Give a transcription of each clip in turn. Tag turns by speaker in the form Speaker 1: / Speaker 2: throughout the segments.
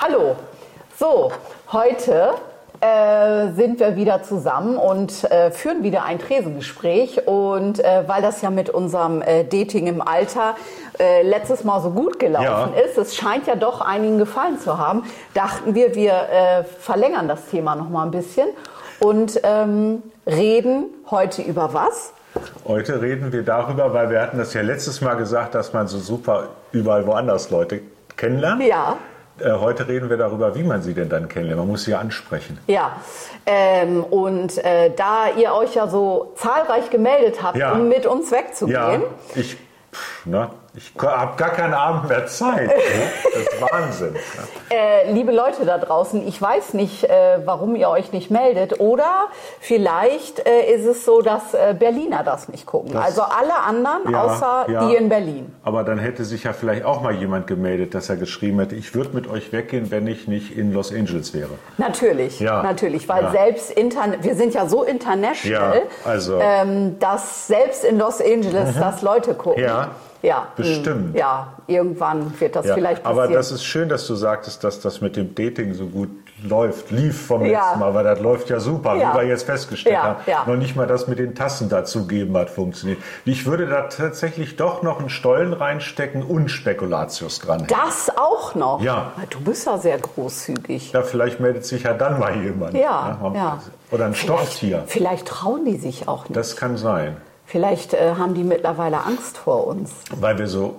Speaker 1: Hallo. So, heute äh, sind wir wieder zusammen und äh, führen wieder ein Tresengespräch. Und äh, weil das ja mit unserem äh, Dating im Alter äh, letztes Mal so gut gelaufen
Speaker 2: Ja.
Speaker 1: ist, es scheint ja doch einigen gefallen zu haben, dachten wir, wir äh, verlängern das Thema noch mal ein bisschen und ähm, reden heute über was?
Speaker 2: Heute reden wir darüber, weil wir hatten das ja letztes Mal gesagt, dass man so super überall woanders Leute kennenlernt.
Speaker 1: Ja.
Speaker 2: Äh, heute reden wir darüber, wie man sie denn dann kennenlernt. Man muss sie ja ansprechen.
Speaker 1: Ja, ähm, und äh, da ihr euch ja so zahlreich gemeldet habt,
Speaker 2: Ja.
Speaker 1: um mit uns wegzugehen,
Speaker 2: Ja, ich, pff, ne, ich habe gar keinen Abend mehr Zeit. ne? Das ist Wahnsinn. ne?
Speaker 1: äh, liebe Leute da draußen, ich weiß nicht, äh, warum ihr euch nicht meldet. Oder vielleicht äh, ist es so, dass äh, Berliner das nicht gucken.
Speaker 2: Das-
Speaker 1: also alle anderen,
Speaker 2: Ja,
Speaker 1: außer
Speaker 2: ja.
Speaker 1: die in Berlin.
Speaker 2: Aber dann hätte sich ja vielleicht auch mal jemand gemeldet, dass er geschrieben hätte, ich würde mit euch weggehen, wenn ich nicht in Los Angeles wäre.
Speaker 1: Natürlich,
Speaker 2: Ja.
Speaker 1: natürlich, weil
Speaker 2: Ja.
Speaker 1: selbst intern, wir sind ja so international,
Speaker 2: Ja, also-
Speaker 1: ähm, dass selbst in Los Angeles das Leute gucken.
Speaker 2: Ja.
Speaker 1: ja,
Speaker 2: Bestimmt.
Speaker 1: Hm, Ja, irgendwann wird das
Speaker 2: Ja,
Speaker 1: vielleicht passieren.
Speaker 2: aber das ist schön, dass du sagtest, dass das mit dem Dating so gut läuft, lief vom
Speaker 1: Ja.
Speaker 2: letzten Mal, weil das läuft ja super,
Speaker 1: Ja.
Speaker 2: wie wir jetzt festgestellt
Speaker 1: Ja,
Speaker 2: haben.
Speaker 1: ja.
Speaker 2: Noch nicht mal das mit den Tassen dazugeben hat funktioniert. Ich würde da tatsächlich doch noch einen Stollen reinstecken und Spekulatius dran.
Speaker 1: Das auch noch?
Speaker 2: Ja.
Speaker 1: Du bist ja sehr großzügig.
Speaker 2: Ja, vielleicht meldet sich ja dann mal jemand.
Speaker 1: Ja,
Speaker 2: ne?
Speaker 1: ja.
Speaker 2: Oder ein Stofftier.
Speaker 1: Vielleicht trauen die sich auch nicht.
Speaker 2: Das kann sein,
Speaker 1: Vielleicht äh, haben die mittlerweile Angst vor uns.
Speaker 2: weil wir so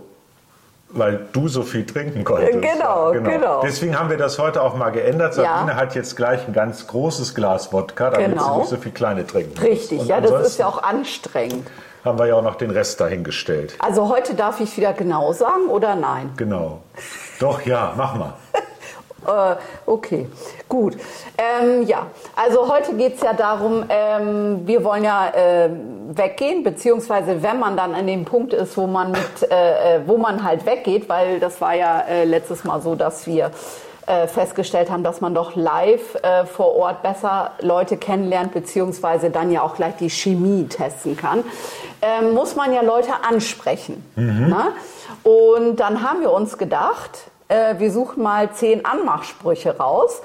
Speaker 2: weil du so viel trinken konntest.
Speaker 1: Genau, genau.
Speaker 2: Deswegen haben wir das heute auch mal geändert.
Speaker 1: Ja.
Speaker 2: Sabine hat jetzt gleich ein ganz großes Glas Wodka, damit
Speaker 1: Genau.
Speaker 2: sie nicht so viel kleine trinken muss.
Speaker 1: Richtig,
Speaker 2: Und
Speaker 1: ja, das ist
Speaker 2: ansonsten
Speaker 1: ja auch anstrengend.
Speaker 2: haben wir ja auch noch den Rest dahingestellt.
Speaker 1: Also heute darf ich wieder genau sagen oder nein?
Speaker 2: Genau. Doch, ja, mach mal.
Speaker 1: Äh, okay, gut. Ähm, ja, also heute geht es ja darum, ähm, wir wollen ja ähm, weggehen, beziehungsweise wenn man dann an dem Punkt ist, wo man mit, äh, äh, wo man halt weggeht, weil das war ja äh, letztes Mal so, dass wir äh, festgestellt haben, dass man doch live äh, vor Ort besser Leute kennenlernt, beziehungsweise dann ja auch gleich die Chemie testen kann, ähm, muss man ja Leute ansprechen. Ne? Und dann haben wir uns gedacht, äh, wir suchen mal zehn Anmachsprüche raus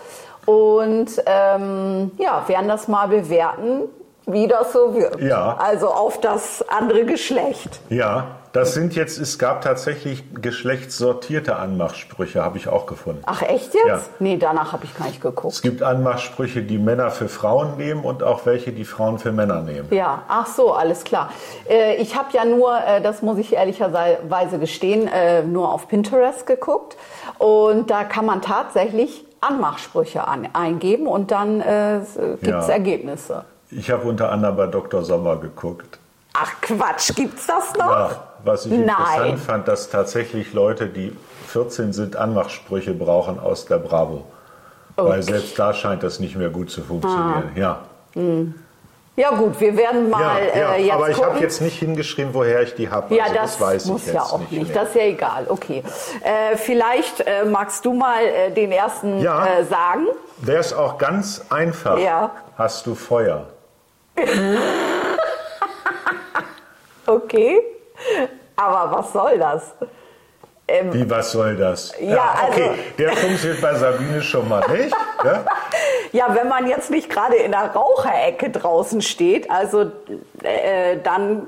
Speaker 1: und ähm, ja, werden das mal bewerten, wie das so wirkt.
Speaker 2: Ja.
Speaker 1: Also auf das andere Geschlecht.
Speaker 2: Ja, das sind jetzt, es gab tatsächlich geschlechtssortierte Anmachsprüche, habe ich auch gefunden.
Speaker 1: Ach echt jetzt?
Speaker 2: Ja.
Speaker 1: Nee, danach habe ich gar nicht geguckt.
Speaker 2: Es gibt Anmachsprüche, die Männer für Frauen nehmen und auch welche, die Frauen für Männer nehmen.
Speaker 1: Ja, ach so, alles klar. Äh, ich habe ja nur, äh, das muss ich ehrlicherweise gestehen, äh, nur auf Pinterest geguckt. Und da kann man tatsächlich Anmachsprüche an, eingeben und dann äh, gibt es
Speaker 2: Ja.
Speaker 1: Ergebnisse.
Speaker 2: Ich habe unter anderem bei Dr. Sommer geguckt.
Speaker 1: Ach Quatsch, gibt's das noch?
Speaker 2: Ja, was ich interessant
Speaker 1: Nein.
Speaker 2: fand, dass tatsächlich Leute, die 14 sind, Anmachsprüche brauchen aus der Bravo.
Speaker 1: Okay. Ah.
Speaker 2: Weil selbst da scheint das nicht mehr gut zu funktionieren. Ja.
Speaker 1: Ja gut, wir werden mal
Speaker 2: ja,
Speaker 1: äh, jetzt
Speaker 2: ja. Aber ich
Speaker 1: gucken.
Speaker 2: habe jetzt nicht hingeschrieben, woher ich die habe.
Speaker 1: ja,
Speaker 2: also
Speaker 1: das,
Speaker 2: das, weiß
Speaker 1: muss
Speaker 2: ich jetzt
Speaker 1: ja auch nicht.
Speaker 2: mehr.
Speaker 1: Das ist ja egal. Okay. Äh, vielleicht äh, magst du mal äh, den ersten
Speaker 2: Ja.
Speaker 1: äh, sagen.
Speaker 2: Der ist auch ganz einfach.
Speaker 1: Ja.
Speaker 2: Hast du Feuer?
Speaker 1: Okay. Aber was soll das?
Speaker 2: Wie, was soll das?
Speaker 1: Ähm. Ja,
Speaker 2: okay,
Speaker 1: also-
Speaker 2: der funktioniert bei Sabine schon mal nicht. Ja?
Speaker 1: Ja, wenn man jetzt nicht gerade in der Raucherecke draußen steht, also äh, dann,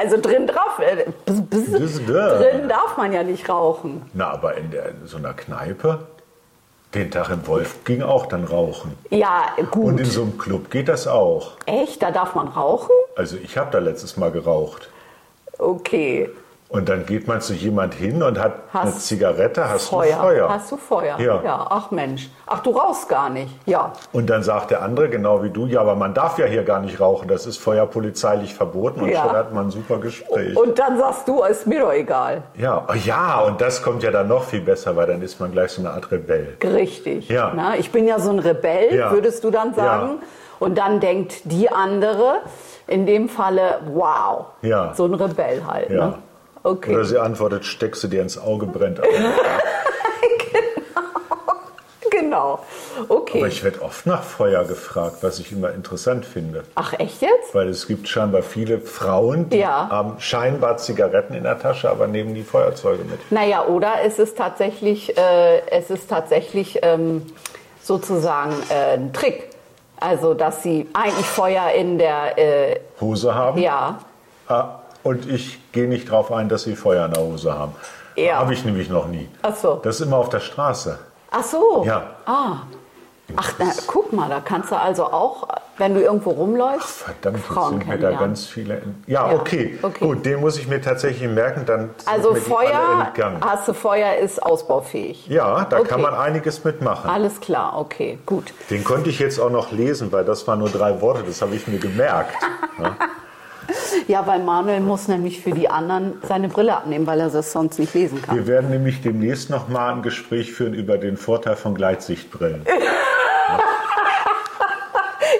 Speaker 1: also drin drauf, äh, bzz, bzz,
Speaker 2: Bzz, da.
Speaker 1: drin darf man ja nicht rauchen.
Speaker 2: Na, aber in, der, in so einer Kneipe, den Tag im Wolf ging auch dann rauchen.
Speaker 1: Ja,
Speaker 2: Und in
Speaker 1: gut.
Speaker 2: so einem Club geht das auch.
Speaker 1: Echt, da darf man rauchen?
Speaker 2: Also ich habe da letztes Mal geraucht.
Speaker 1: Okay.
Speaker 2: Und dann geht man zu jemand hin und hat eine
Speaker 1: Hast
Speaker 2: Zigarette, hast
Speaker 1: Feuer.
Speaker 2: du Feuer.
Speaker 1: Hast du Feuer?
Speaker 2: Ja.
Speaker 1: Ach Mensch. Ach, du rauchst gar nicht. Ja.
Speaker 2: Und dann sagt der andere, genau wie du, ja, aber man darf ja hier gar nicht rauchen, das ist feuerpolizeilich verboten und
Speaker 1: Ja.
Speaker 2: schon hat man ein super Gespräch.
Speaker 1: Und dann sagst du, ist mir doch egal.
Speaker 2: ja, oh, ja, und das kommt ja dann noch viel besser, weil dann ist man gleich so eine Art Rebell.
Speaker 1: Richtig.
Speaker 2: Ja.
Speaker 1: Ne? Ich bin ja so ein Rebell,
Speaker 2: Ja.
Speaker 1: würdest du dann sagen. Und dann denkt die andere, in dem Falle, wow,
Speaker 2: Ja.
Speaker 1: so ein Rebell halt.
Speaker 2: Ja. Also
Speaker 1: Ne? Okay.
Speaker 2: Oder sie antwortet, steckst du dir ins Auge, brennt ab.
Speaker 1: genau. Okay.
Speaker 2: Aber ich werde oft nach Feuer gefragt, was ich immer interessant finde.
Speaker 1: Ach, echt jetzt?
Speaker 2: Weil es gibt scheinbar viele Frauen, die
Speaker 1: Ja.
Speaker 2: haben scheinbar Zigaretten in der Tasche, aber nehmen die Feuerzeuge mit.
Speaker 1: Naja, oder es ist tatsächlich, äh, es ist tatsächlich ähm, sozusagen äh, ein Trick. Also, dass sie eigentlich Feuer in der, äh,
Speaker 2: Hose haben.
Speaker 1: ja,
Speaker 2: Ah, und ich gehe nicht darauf ein, dass sie Feuer in der Hose haben.
Speaker 1: Ja.
Speaker 2: Habe ich nämlich noch nie.
Speaker 1: Ach so.
Speaker 2: Das ist immer auf der Straße.
Speaker 1: Ach so.
Speaker 2: Ja.
Speaker 1: Ah. Ach, na, guck mal, da kannst du also auch, wenn du irgendwo rumläufst,
Speaker 2: Verdammt, jetzt
Speaker 1: Frauen
Speaker 2: sind mir da
Speaker 1: kennenlernen.
Speaker 2: ganz viele. ent- Ja,
Speaker 1: Ja,
Speaker 2: okay.
Speaker 1: okay.
Speaker 2: Gut, den muss ich mir tatsächlich merken. Dann sind
Speaker 1: also
Speaker 2: mir die alle
Speaker 1: Feuer,
Speaker 2: entgangen.
Speaker 1: hast du Feuer, ist ausbaufähig.
Speaker 2: Ja, da
Speaker 1: Okay.
Speaker 2: kann man einiges mitmachen.
Speaker 1: Alles klar, okay, gut.
Speaker 2: Den konnte ich jetzt auch noch lesen, weil das waren nur drei Worte, das habe ich mir gemerkt.
Speaker 1: Ja, weil Manuel muss nämlich für die anderen seine Brille abnehmen, weil er das sonst nicht lesen kann.
Speaker 2: Wir werden nämlich demnächst nochmal ein Gespräch führen über den Vorteil von Gleitsichtbrillen.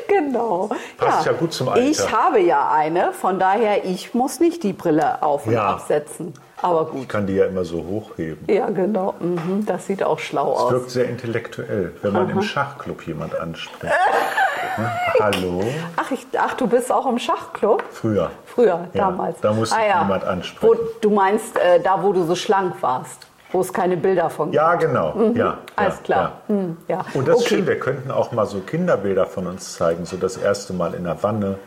Speaker 1: Genau.
Speaker 2: Passt ja gut zum Alter.
Speaker 1: Ich habe ja eine, von daher, ich muss nicht die Brille auf und
Speaker 2: Ja.
Speaker 1: absetzen. Aber gut.
Speaker 2: Ich kann die ja immer so hochheben.
Speaker 1: Ja, genau. Mhm, das sieht auch schlau
Speaker 2: Es
Speaker 1: aus.
Speaker 2: wirkt sehr intellektuell, wenn man im Schachclub jemand anspricht. Hm? Hallo?
Speaker 1: Ach, ich, ach, du bist auch im Schachclub?
Speaker 2: Früher.
Speaker 1: Früher,
Speaker 2: Ja,
Speaker 1: damals. Ah,
Speaker 2: Da musste ich jemand
Speaker 1: Wo,
Speaker 2: ansprechen.
Speaker 1: du meinst, äh, da wo du so schlank warst, wo es keine Bilder von gibt.
Speaker 2: Ja, genau. Ja,
Speaker 1: Mhm. Alles
Speaker 2: ja,
Speaker 1: klar.
Speaker 2: Ja.
Speaker 1: Hm, ja.
Speaker 2: Und das ist
Speaker 1: okay.
Speaker 2: schön, wir könnten auch mal so Kinderbilder von uns zeigen, so das erste Mal in der Wanne.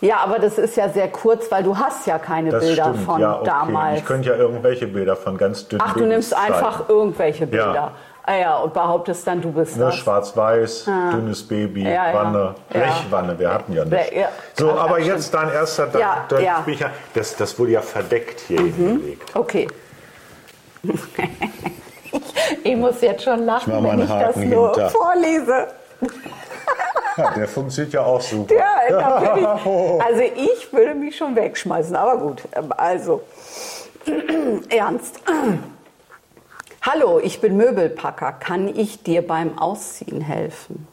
Speaker 1: ja, aber das ist ja sehr kurz, weil du hast ja keine
Speaker 2: Das
Speaker 1: Bilder
Speaker 2: stimmt,
Speaker 1: von
Speaker 2: ja, okay.
Speaker 1: damals.
Speaker 2: Ich könnte ja irgendwelche Bilder von ganz dünnen
Speaker 1: Ach, du nimmst
Speaker 2: Babys
Speaker 1: einfach
Speaker 2: zeigen.
Speaker 1: irgendwelche Bilder. Ah ja, und behauptest dann, du bist
Speaker 2: Ne,
Speaker 1: das.
Speaker 2: Schwarz-Weiß, dünnes Baby,
Speaker 1: Ah. Ja, ja.
Speaker 2: Wanne,
Speaker 1: Ja.
Speaker 2: Blechwanne, wir hatten ja nicht.
Speaker 1: Ja, ja.
Speaker 2: So,
Speaker 1: Ach,
Speaker 2: aber
Speaker 1: ja,
Speaker 2: jetzt dein erster da,
Speaker 1: Ja,
Speaker 2: da,
Speaker 1: ja. Mhm.
Speaker 2: Bücher, das, das wurde ja verdeckt hier hingelegt.
Speaker 1: Okay. ich, ich muss jetzt schon lachen,
Speaker 2: mach
Speaker 1: wenn
Speaker 2: mal einen
Speaker 1: ich das
Speaker 2: Haken
Speaker 1: nur
Speaker 2: hinter.
Speaker 1: vorlese.
Speaker 2: Ja, der funktioniert ja auch super.
Speaker 1: Ja, da bin
Speaker 2: Oh.
Speaker 1: ich, also ich würde mich schon wegschmeißen, aber gut, ähm, also ernst. Hallo, ich bin Möbelpacker. Kann ich dir beim Ausziehen helfen?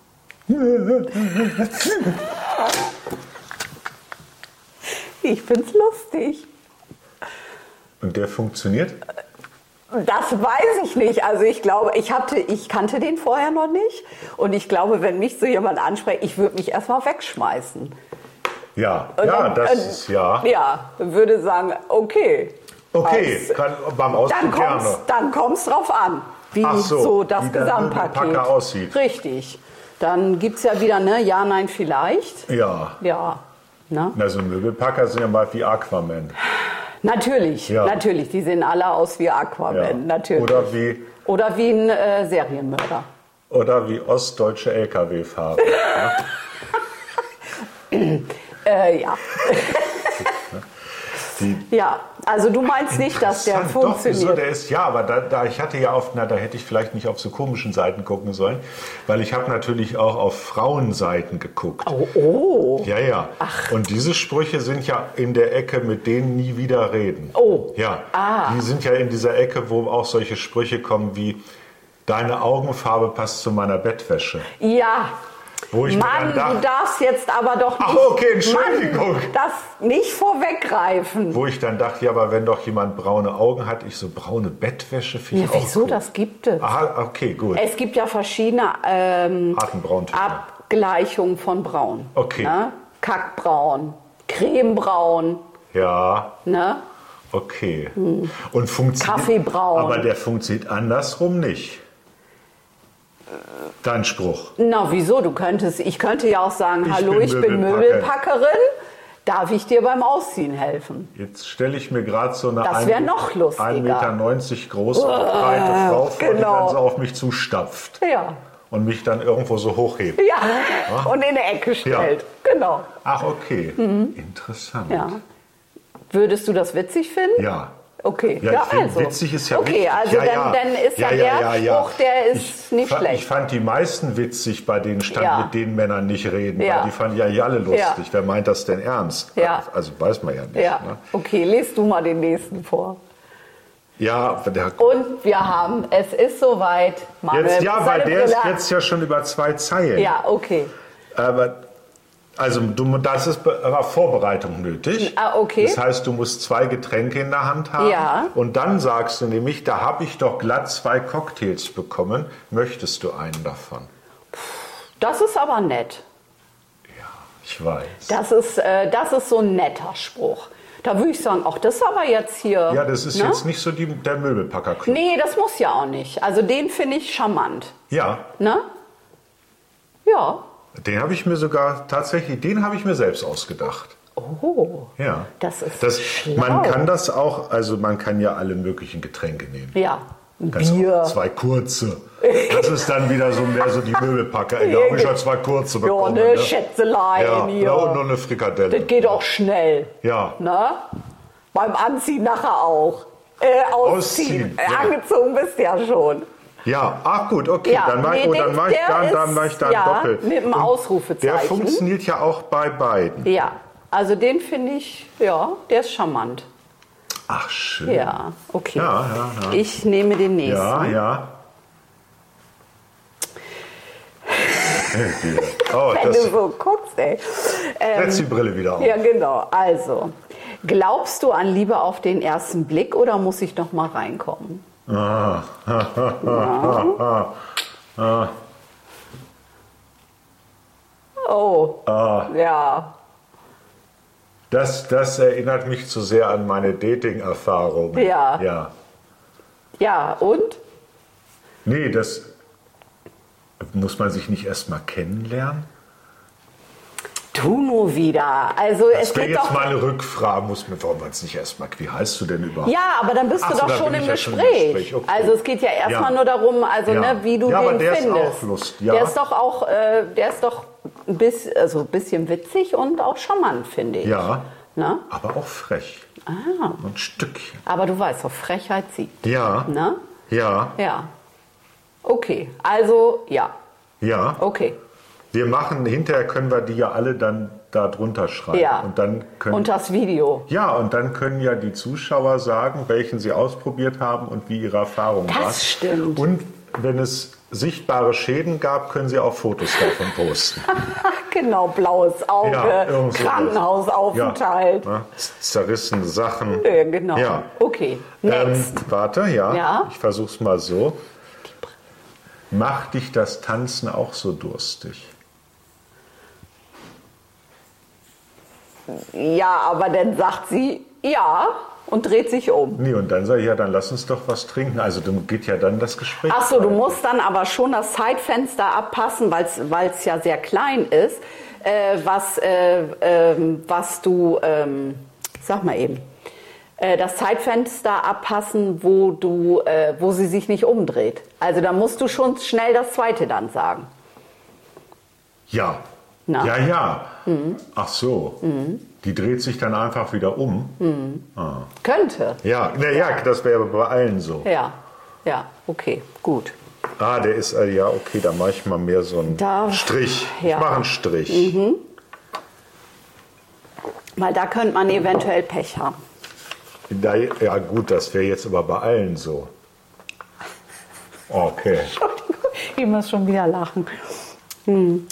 Speaker 1: Also- Ich find's lustig.
Speaker 2: Und der funktioniert?
Speaker 1: Das weiß ich nicht. Also ich glaube, ich, hatte, ich kannte den vorher noch nicht. Und ich glaube, wenn mich so jemand anspricht, ich würde mich erstmal wegschmeißen.
Speaker 2: Ja,
Speaker 1: Und
Speaker 2: ja,
Speaker 1: dann-
Speaker 2: das
Speaker 1: äh,
Speaker 2: ist ja.
Speaker 1: Ja, würde sagen, okay.
Speaker 2: Okay,
Speaker 1: Aus-
Speaker 2: kann, beim Ausdruck
Speaker 1: dann kommt's,
Speaker 2: gerne.
Speaker 1: dann kommt's drauf an, wie
Speaker 2: Ach
Speaker 1: so,
Speaker 2: so,
Speaker 1: das
Speaker 2: wie der
Speaker 1: Gesamtpaket
Speaker 2: Möbelpacker aussieht.
Speaker 1: Richtig. Dann gibt's ja wieder ne, ja, nein, vielleicht.
Speaker 2: Ja,
Speaker 1: Ja. Ne?
Speaker 2: also Möbelpacker sind ja mal wie Aquaman.
Speaker 1: Natürlich,
Speaker 2: Ja.
Speaker 1: natürlich. Die sehen alle aus wie Aquaman,
Speaker 2: Ja.
Speaker 1: natürlich.
Speaker 2: Oder wie,
Speaker 1: Oder wie ein äh, Serienmörder.
Speaker 2: oder wie ostdeutsche Lkw-Fahrer.
Speaker 1: Äh, ja.
Speaker 2: Die
Speaker 1: ja, also du meinst nicht, dass der
Speaker 2: Interessant, doch, wieso?
Speaker 1: funktioniert.
Speaker 2: der ist ja, aber da, da ich hatte ja auf, na, da hätte ich vielleicht nicht auf so komischen Seiten gucken sollen, weil ich habe natürlich auch auf Frauenseiten geguckt.
Speaker 1: oh, oh.
Speaker 2: Ja, ja. Ach. Und diese Sprüche sind ja in der Ecke, mit denen nie wieder reden.
Speaker 1: Oh.
Speaker 2: Ja.
Speaker 1: Ah.
Speaker 2: Die sind ja in dieser Ecke, wo auch solche Sprüche kommen wie Deine Augenfarbe passt zu meiner Bettwäsche.
Speaker 1: Ja.
Speaker 2: Wo ich mir
Speaker 1: Mann,
Speaker 2: dann
Speaker 1: du
Speaker 2: dachte,
Speaker 1: darfst jetzt aber doch nicht.
Speaker 2: Ach, okay, Entschuldigung.
Speaker 1: Mann, das nicht vorweggreifen.
Speaker 2: wo ich dann dachte, ja, aber wenn doch jemand braune Augen hat, ich so braune Bettwäsche finde
Speaker 1: Ja,
Speaker 2: ich auch
Speaker 1: wieso
Speaker 2: cool.
Speaker 1: das gibt es?
Speaker 2: Aha, okay, gut.
Speaker 1: Es gibt ja verschiedene ähm,
Speaker 2: Atembrauntöne.
Speaker 1: Abgleichungen von Braun.
Speaker 2: Okay.
Speaker 1: Ne? Kackbraun, Cremebraun,
Speaker 2: Ja,
Speaker 1: ne?
Speaker 2: okay.
Speaker 1: Hm.
Speaker 2: Und funktioniert.
Speaker 1: Kaffeebraun.
Speaker 2: Aber der funktioniert andersrum nicht. Dein Spruch.
Speaker 1: Na, wieso? Du könntest, ich könnte ja auch sagen,
Speaker 2: Ich
Speaker 1: hallo,
Speaker 2: bin
Speaker 1: ich bin
Speaker 2: Möbelpacker.
Speaker 1: Möbelpackerin. Darf ich dir beim Ausziehen helfen?
Speaker 2: Jetzt stelle ich mir gerade so eine
Speaker 1: Das
Speaker 2: ein-
Speaker 1: wär noch lustiger.
Speaker 2: 1,90 Meter große, breite Frau vor,
Speaker 1: genau.
Speaker 2: die dann so auf mich zustapft
Speaker 1: Ja.
Speaker 2: und mich dann irgendwo so hochhebt.
Speaker 1: Ja.
Speaker 2: Ah.
Speaker 1: Und in die Ecke stellt. Genau.
Speaker 2: Ach, okay. Interessant.
Speaker 1: Mhm. Ja. Würdest du das witzig finden?
Speaker 2: Ja.
Speaker 1: Okay, also.
Speaker 2: Ja, ich find, witzig ist ja
Speaker 1: Okay,
Speaker 2: wichtig.
Speaker 1: also
Speaker 2: ja,
Speaker 1: dann,
Speaker 2: ja.
Speaker 1: dann ist ja,
Speaker 2: ja,
Speaker 1: der
Speaker 2: ja, ja,
Speaker 1: Spruch, der ist
Speaker 2: ich
Speaker 1: nicht
Speaker 2: fand, Ich
Speaker 1: schlecht.
Speaker 2: fand die meisten witzig, bei denen stand
Speaker 1: Ja.
Speaker 2: mit den Männern nicht reden.
Speaker 1: Ja.
Speaker 2: Weil die fanden ja eh alle lustig.
Speaker 1: Ja.
Speaker 2: Wer meint das denn ernst?
Speaker 1: Ja.
Speaker 2: Also weiß man ja nicht.
Speaker 1: Ja,
Speaker 2: Ne?
Speaker 1: okay, lest du mal den nächsten vor.
Speaker 2: Ja, aber der,
Speaker 1: Und wir haben, es ist soweit, Manuel.
Speaker 2: jetzt, ja
Speaker 1: seine
Speaker 2: weil der ist
Speaker 1: Brille-
Speaker 2: jetzt ja schon über zwei Zeilen.
Speaker 1: Ja, okay.
Speaker 2: Aber Also du, das ist be- war Vorbereitung nötig.
Speaker 1: Ah, okay.
Speaker 2: Das heißt, du musst zwei Getränke in der Hand haben.
Speaker 1: Ja.
Speaker 2: Und dann sagst du nämlich, da habe ich doch glatt zwei Cocktails bekommen. Möchtest du einen davon?
Speaker 1: Das ist aber nett.
Speaker 2: Ich weiß.
Speaker 1: Das ist, äh, das ist so ein netter Spruch. Da würde ich sagen, ach, das ist aber jetzt hier.
Speaker 2: ja, das ist
Speaker 1: ne?
Speaker 2: jetzt nicht so die, der Möbelpacker-Club.
Speaker 1: Nee, das muss ja auch nicht. Also den finde ich charmant.
Speaker 2: Ja,
Speaker 1: Ne? Ja.
Speaker 2: den habe ich mir sogar tatsächlich, den habe ich mir selbst ausgedacht.
Speaker 1: Oh.
Speaker 2: Ja.
Speaker 1: Das ist schlau.
Speaker 2: Man kann das auch, also man kann ja alle möglichen Getränke nehmen.
Speaker 1: Ja. Ein
Speaker 2: Kannst auch
Speaker 1: Bier.
Speaker 2: Zwei kurze. Das ist dann wieder so mehr so die Möbelpacker. Da habe ich schon zwei kurze
Speaker 1: Ja,
Speaker 2: bekommen.
Speaker 1: ne,
Speaker 2: ne?
Speaker 1: Schätzelein
Speaker 2: Ja,
Speaker 1: hier.
Speaker 2: ja, und noch eine Frikadelle.
Speaker 1: Das geht auch schnell.
Speaker 2: Ja.
Speaker 1: Ne? Beim Anziehen nachher auch. Äh, ausziehen.
Speaker 2: Ausziehen, ja.
Speaker 1: Äh, Angezogen bist ja schon.
Speaker 2: Ja, ach gut, okay,
Speaker 1: Ja,
Speaker 2: dann mach
Speaker 1: nee,
Speaker 2: oh, dann
Speaker 1: der-
Speaker 2: mach ich
Speaker 1: der
Speaker 2: dann, dann
Speaker 1: ist-
Speaker 2: mach ich dann
Speaker 1: ja,
Speaker 2: doppelt.
Speaker 1: mit einem
Speaker 2: Und
Speaker 1: Ausrufezeichen.
Speaker 2: Der funktioniert ja auch bei beiden.
Speaker 1: Ja. Also den finde ich, ja, der ist charmant.
Speaker 2: Ach schön.
Speaker 1: Ja, okay.
Speaker 2: Ja, ja, ja.
Speaker 1: Ich nehme den nächsten.
Speaker 2: Ja, ja. Oh,
Speaker 1: Wenn
Speaker 2: das,
Speaker 1: du so guckst, ey. Ähm,
Speaker 2: setz die Brille wieder auf.
Speaker 1: ja, genau. Also, glaubst du an Liebe auf den ersten Blick oder muss ich noch mal reinkommen?
Speaker 2: Ah, ah, ah, ah, ah, ah.
Speaker 1: Oh.
Speaker 2: Ah.
Speaker 1: Ja.
Speaker 2: Das, das erinnert mich zu sehr an meine Dating-Erfahrung.
Speaker 1: Ja.
Speaker 2: ja.
Speaker 1: Ja, und?
Speaker 2: Nee, das muss man sich nicht erst mal kennenlernen.
Speaker 1: Tu nur wieder. Also, es
Speaker 2: Das wäre
Speaker 1: geht
Speaker 2: jetzt
Speaker 1: doch.
Speaker 2: mal eine Rückfrage, muss man, warum man es nicht erst mal, wie heißt du denn überhaupt?
Speaker 1: Ja, aber dann bist
Speaker 2: Ach
Speaker 1: du
Speaker 2: so,
Speaker 1: doch
Speaker 2: dann
Speaker 1: schon
Speaker 2: bin
Speaker 1: im
Speaker 2: ich ja schon im
Speaker 1: Gespräch.
Speaker 2: Gespräch, okay.
Speaker 1: Also es geht ja erstmal
Speaker 2: Ja.
Speaker 1: nur darum, also
Speaker 2: Ja.
Speaker 1: ne, wie du
Speaker 2: Ja,
Speaker 1: den
Speaker 2: aber der ist
Speaker 1: findest.
Speaker 2: auch Lust, ja.
Speaker 1: Der ist doch auch, äh, der ist doch ein bisschen, also ein bisschen witzig und auch charmant, finde ich.
Speaker 2: Ja.
Speaker 1: Ne?
Speaker 2: Aber auch frech.
Speaker 1: Ah.
Speaker 2: Ein Stückchen.
Speaker 1: Aber du weißt doch, Frechheit siegt.
Speaker 2: Ja.
Speaker 1: Ne?
Speaker 2: Ja.
Speaker 1: Ja. Okay, also ja.
Speaker 2: Ja.
Speaker 1: Okay.
Speaker 2: Wir machen, hinterher können wir die ja alle dann da drunter schreiben.
Speaker 1: Ja.
Speaker 2: Und dann können.
Speaker 1: Und das Video.
Speaker 2: ja, und dann können ja die Zuschauer sagen, welchen sie ausprobiert haben und wie ihre Erfahrung
Speaker 1: Das
Speaker 2: war.
Speaker 1: stimmt.
Speaker 2: Und wenn es sichtbare Schäden gab, können sie auch Fotos davon posten.
Speaker 1: genau, blaues Auge,
Speaker 2: Ja, irgend sowas.
Speaker 1: Krankenhausaufenthalt.
Speaker 2: Ja, ne? Zerrissene Sachen.
Speaker 1: Ja, genau.
Speaker 2: Ja.
Speaker 1: Okay,
Speaker 2: Ähm,
Speaker 1: next.
Speaker 2: warte, ja.
Speaker 1: Ja.
Speaker 2: Ich versuch's mal so. Macht dich das Tanzen auch so durstig?
Speaker 1: Ja, aber dann sagt sie ja und dreht sich um.
Speaker 2: Nee, und dann sag ich, ja, dann lass uns doch was trinken. Also dann geht ja dann das Gespräch.
Speaker 1: Ach so, du
Speaker 2: weiter.
Speaker 1: musst dann aber schon das Zeitfenster abpassen, weil es ja sehr klein ist, äh, was, äh, ähm, was du, ähm, sag mal eben, äh, das Zeitfenster abpassen, wo, du, äh, wo sie sich nicht umdreht. Also da musst du schon schnell das Zweite dann sagen.
Speaker 2: Ja.
Speaker 1: Na. Mhm.
Speaker 2: Ja, ja. Ach so. Die dreht sich dann einfach wieder um.
Speaker 1: Könnte.
Speaker 2: Ja, na ja, das wäre bei allen so.
Speaker 1: Ja, ja, okay, gut.
Speaker 2: Ah, der ist, äh, ja, okay, da mache ich mal mehr so einen
Speaker 1: Da-
Speaker 2: Strich.
Speaker 1: ja. Mhm.
Speaker 2: Ich mache einen Strich.
Speaker 1: Weil da könnte man eventuell Pech haben.
Speaker 2: Da, ja gut, das wäre jetzt aber bei allen so. Okay.
Speaker 1: Ich muss schon wieder lachen. Hm.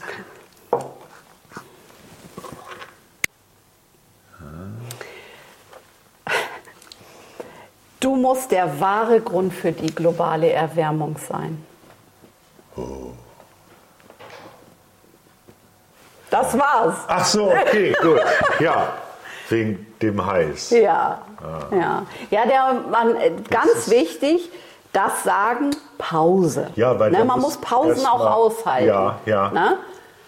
Speaker 1: Du musst der wahre Grund für die globale Erwärmung sein. Das war's.
Speaker 2: Ach so, okay, gut. Ja, wegen dem Heiß.
Speaker 1: Ja.
Speaker 2: Ah.
Speaker 1: Ja, ja der Mann, äh, ganz wichtig, das sagen Pause.
Speaker 2: Ja, weil
Speaker 1: ne,
Speaker 2: der
Speaker 1: man
Speaker 2: muss
Speaker 1: muss Pausen
Speaker 2: erst
Speaker 1: auch
Speaker 2: mal-
Speaker 1: aushalten.
Speaker 2: Ja, ja.
Speaker 1: Ne?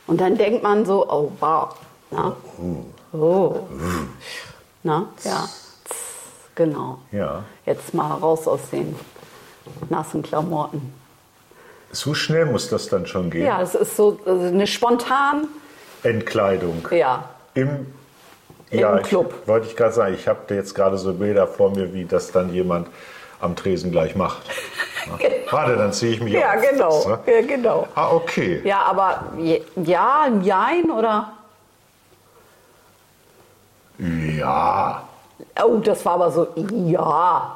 Speaker 1: Und dann denkt man so, oh wow. Ne?
Speaker 2: Mm.
Speaker 1: Oh. Ne? Ja. Tss, Genau.
Speaker 2: Ja.
Speaker 1: Jetzt mal raus aus den nassen Klamotten.
Speaker 2: So schnell muss das dann schon gehen.
Speaker 1: Ja, es ist so äh, eine spontan.
Speaker 2: Entkleidung.
Speaker 1: Ja.
Speaker 2: Im,
Speaker 1: Im
Speaker 2: ja,
Speaker 1: Club.
Speaker 2: Ich, wollte ich gerade sagen, ich habe da jetzt gerade so Bilder vor mir, wie das dann jemand am Tresen gleich macht. Ja. Warte, dann ziehe ich mich
Speaker 1: Genau. Ja, genau.
Speaker 2: auf. Ne?
Speaker 1: Ja, genau.
Speaker 2: Ah, okay.
Speaker 1: Ja, aber je- ja, jein oder?
Speaker 2: ja.
Speaker 1: Oh, das war aber so, ja.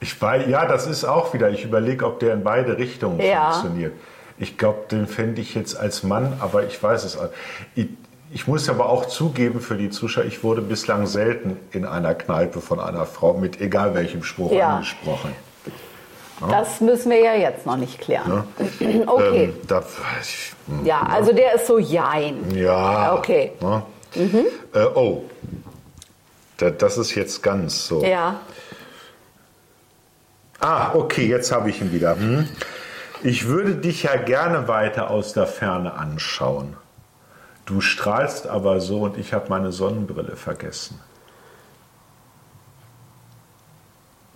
Speaker 2: Ich weiß, ja, das ist auch wieder. Ich überlege, ob der in beide Richtungen
Speaker 1: Ja.
Speaker 2: funktioniert. Ich glaube, den fände ich jetzt als Mann, aber ich weiß es. auch. Ich, Ich muss aber auch zugeben für die Zuschauer, ich wurde bislang selten in einer Kneipe von einer Frau mit egal welchem Spruch
Speaker 1: Ja.
Speaker 2: angesprochen.
Speaker 1: Das müssen wir ja jetzt noch nicht klären. Okay.
Speaker 2: Ähm, da,
Speaker 1: ja, also der ist so jein.
Speaker 2: ja.
Speaker 1: Ah, Okay. Mhm.
Speaker 2: Ne? Äh, oh, da, das ist jetzt ganz so.
Speaker 1: Ja.
Speaker 2: Ah, okay, jetzt habe ich ihn wieder. Hm. Ich würde dich ja gerne weiter aus der Ferne anschauen. Du strahlst aber so und ich habe meine Sonnenbrille vergessen.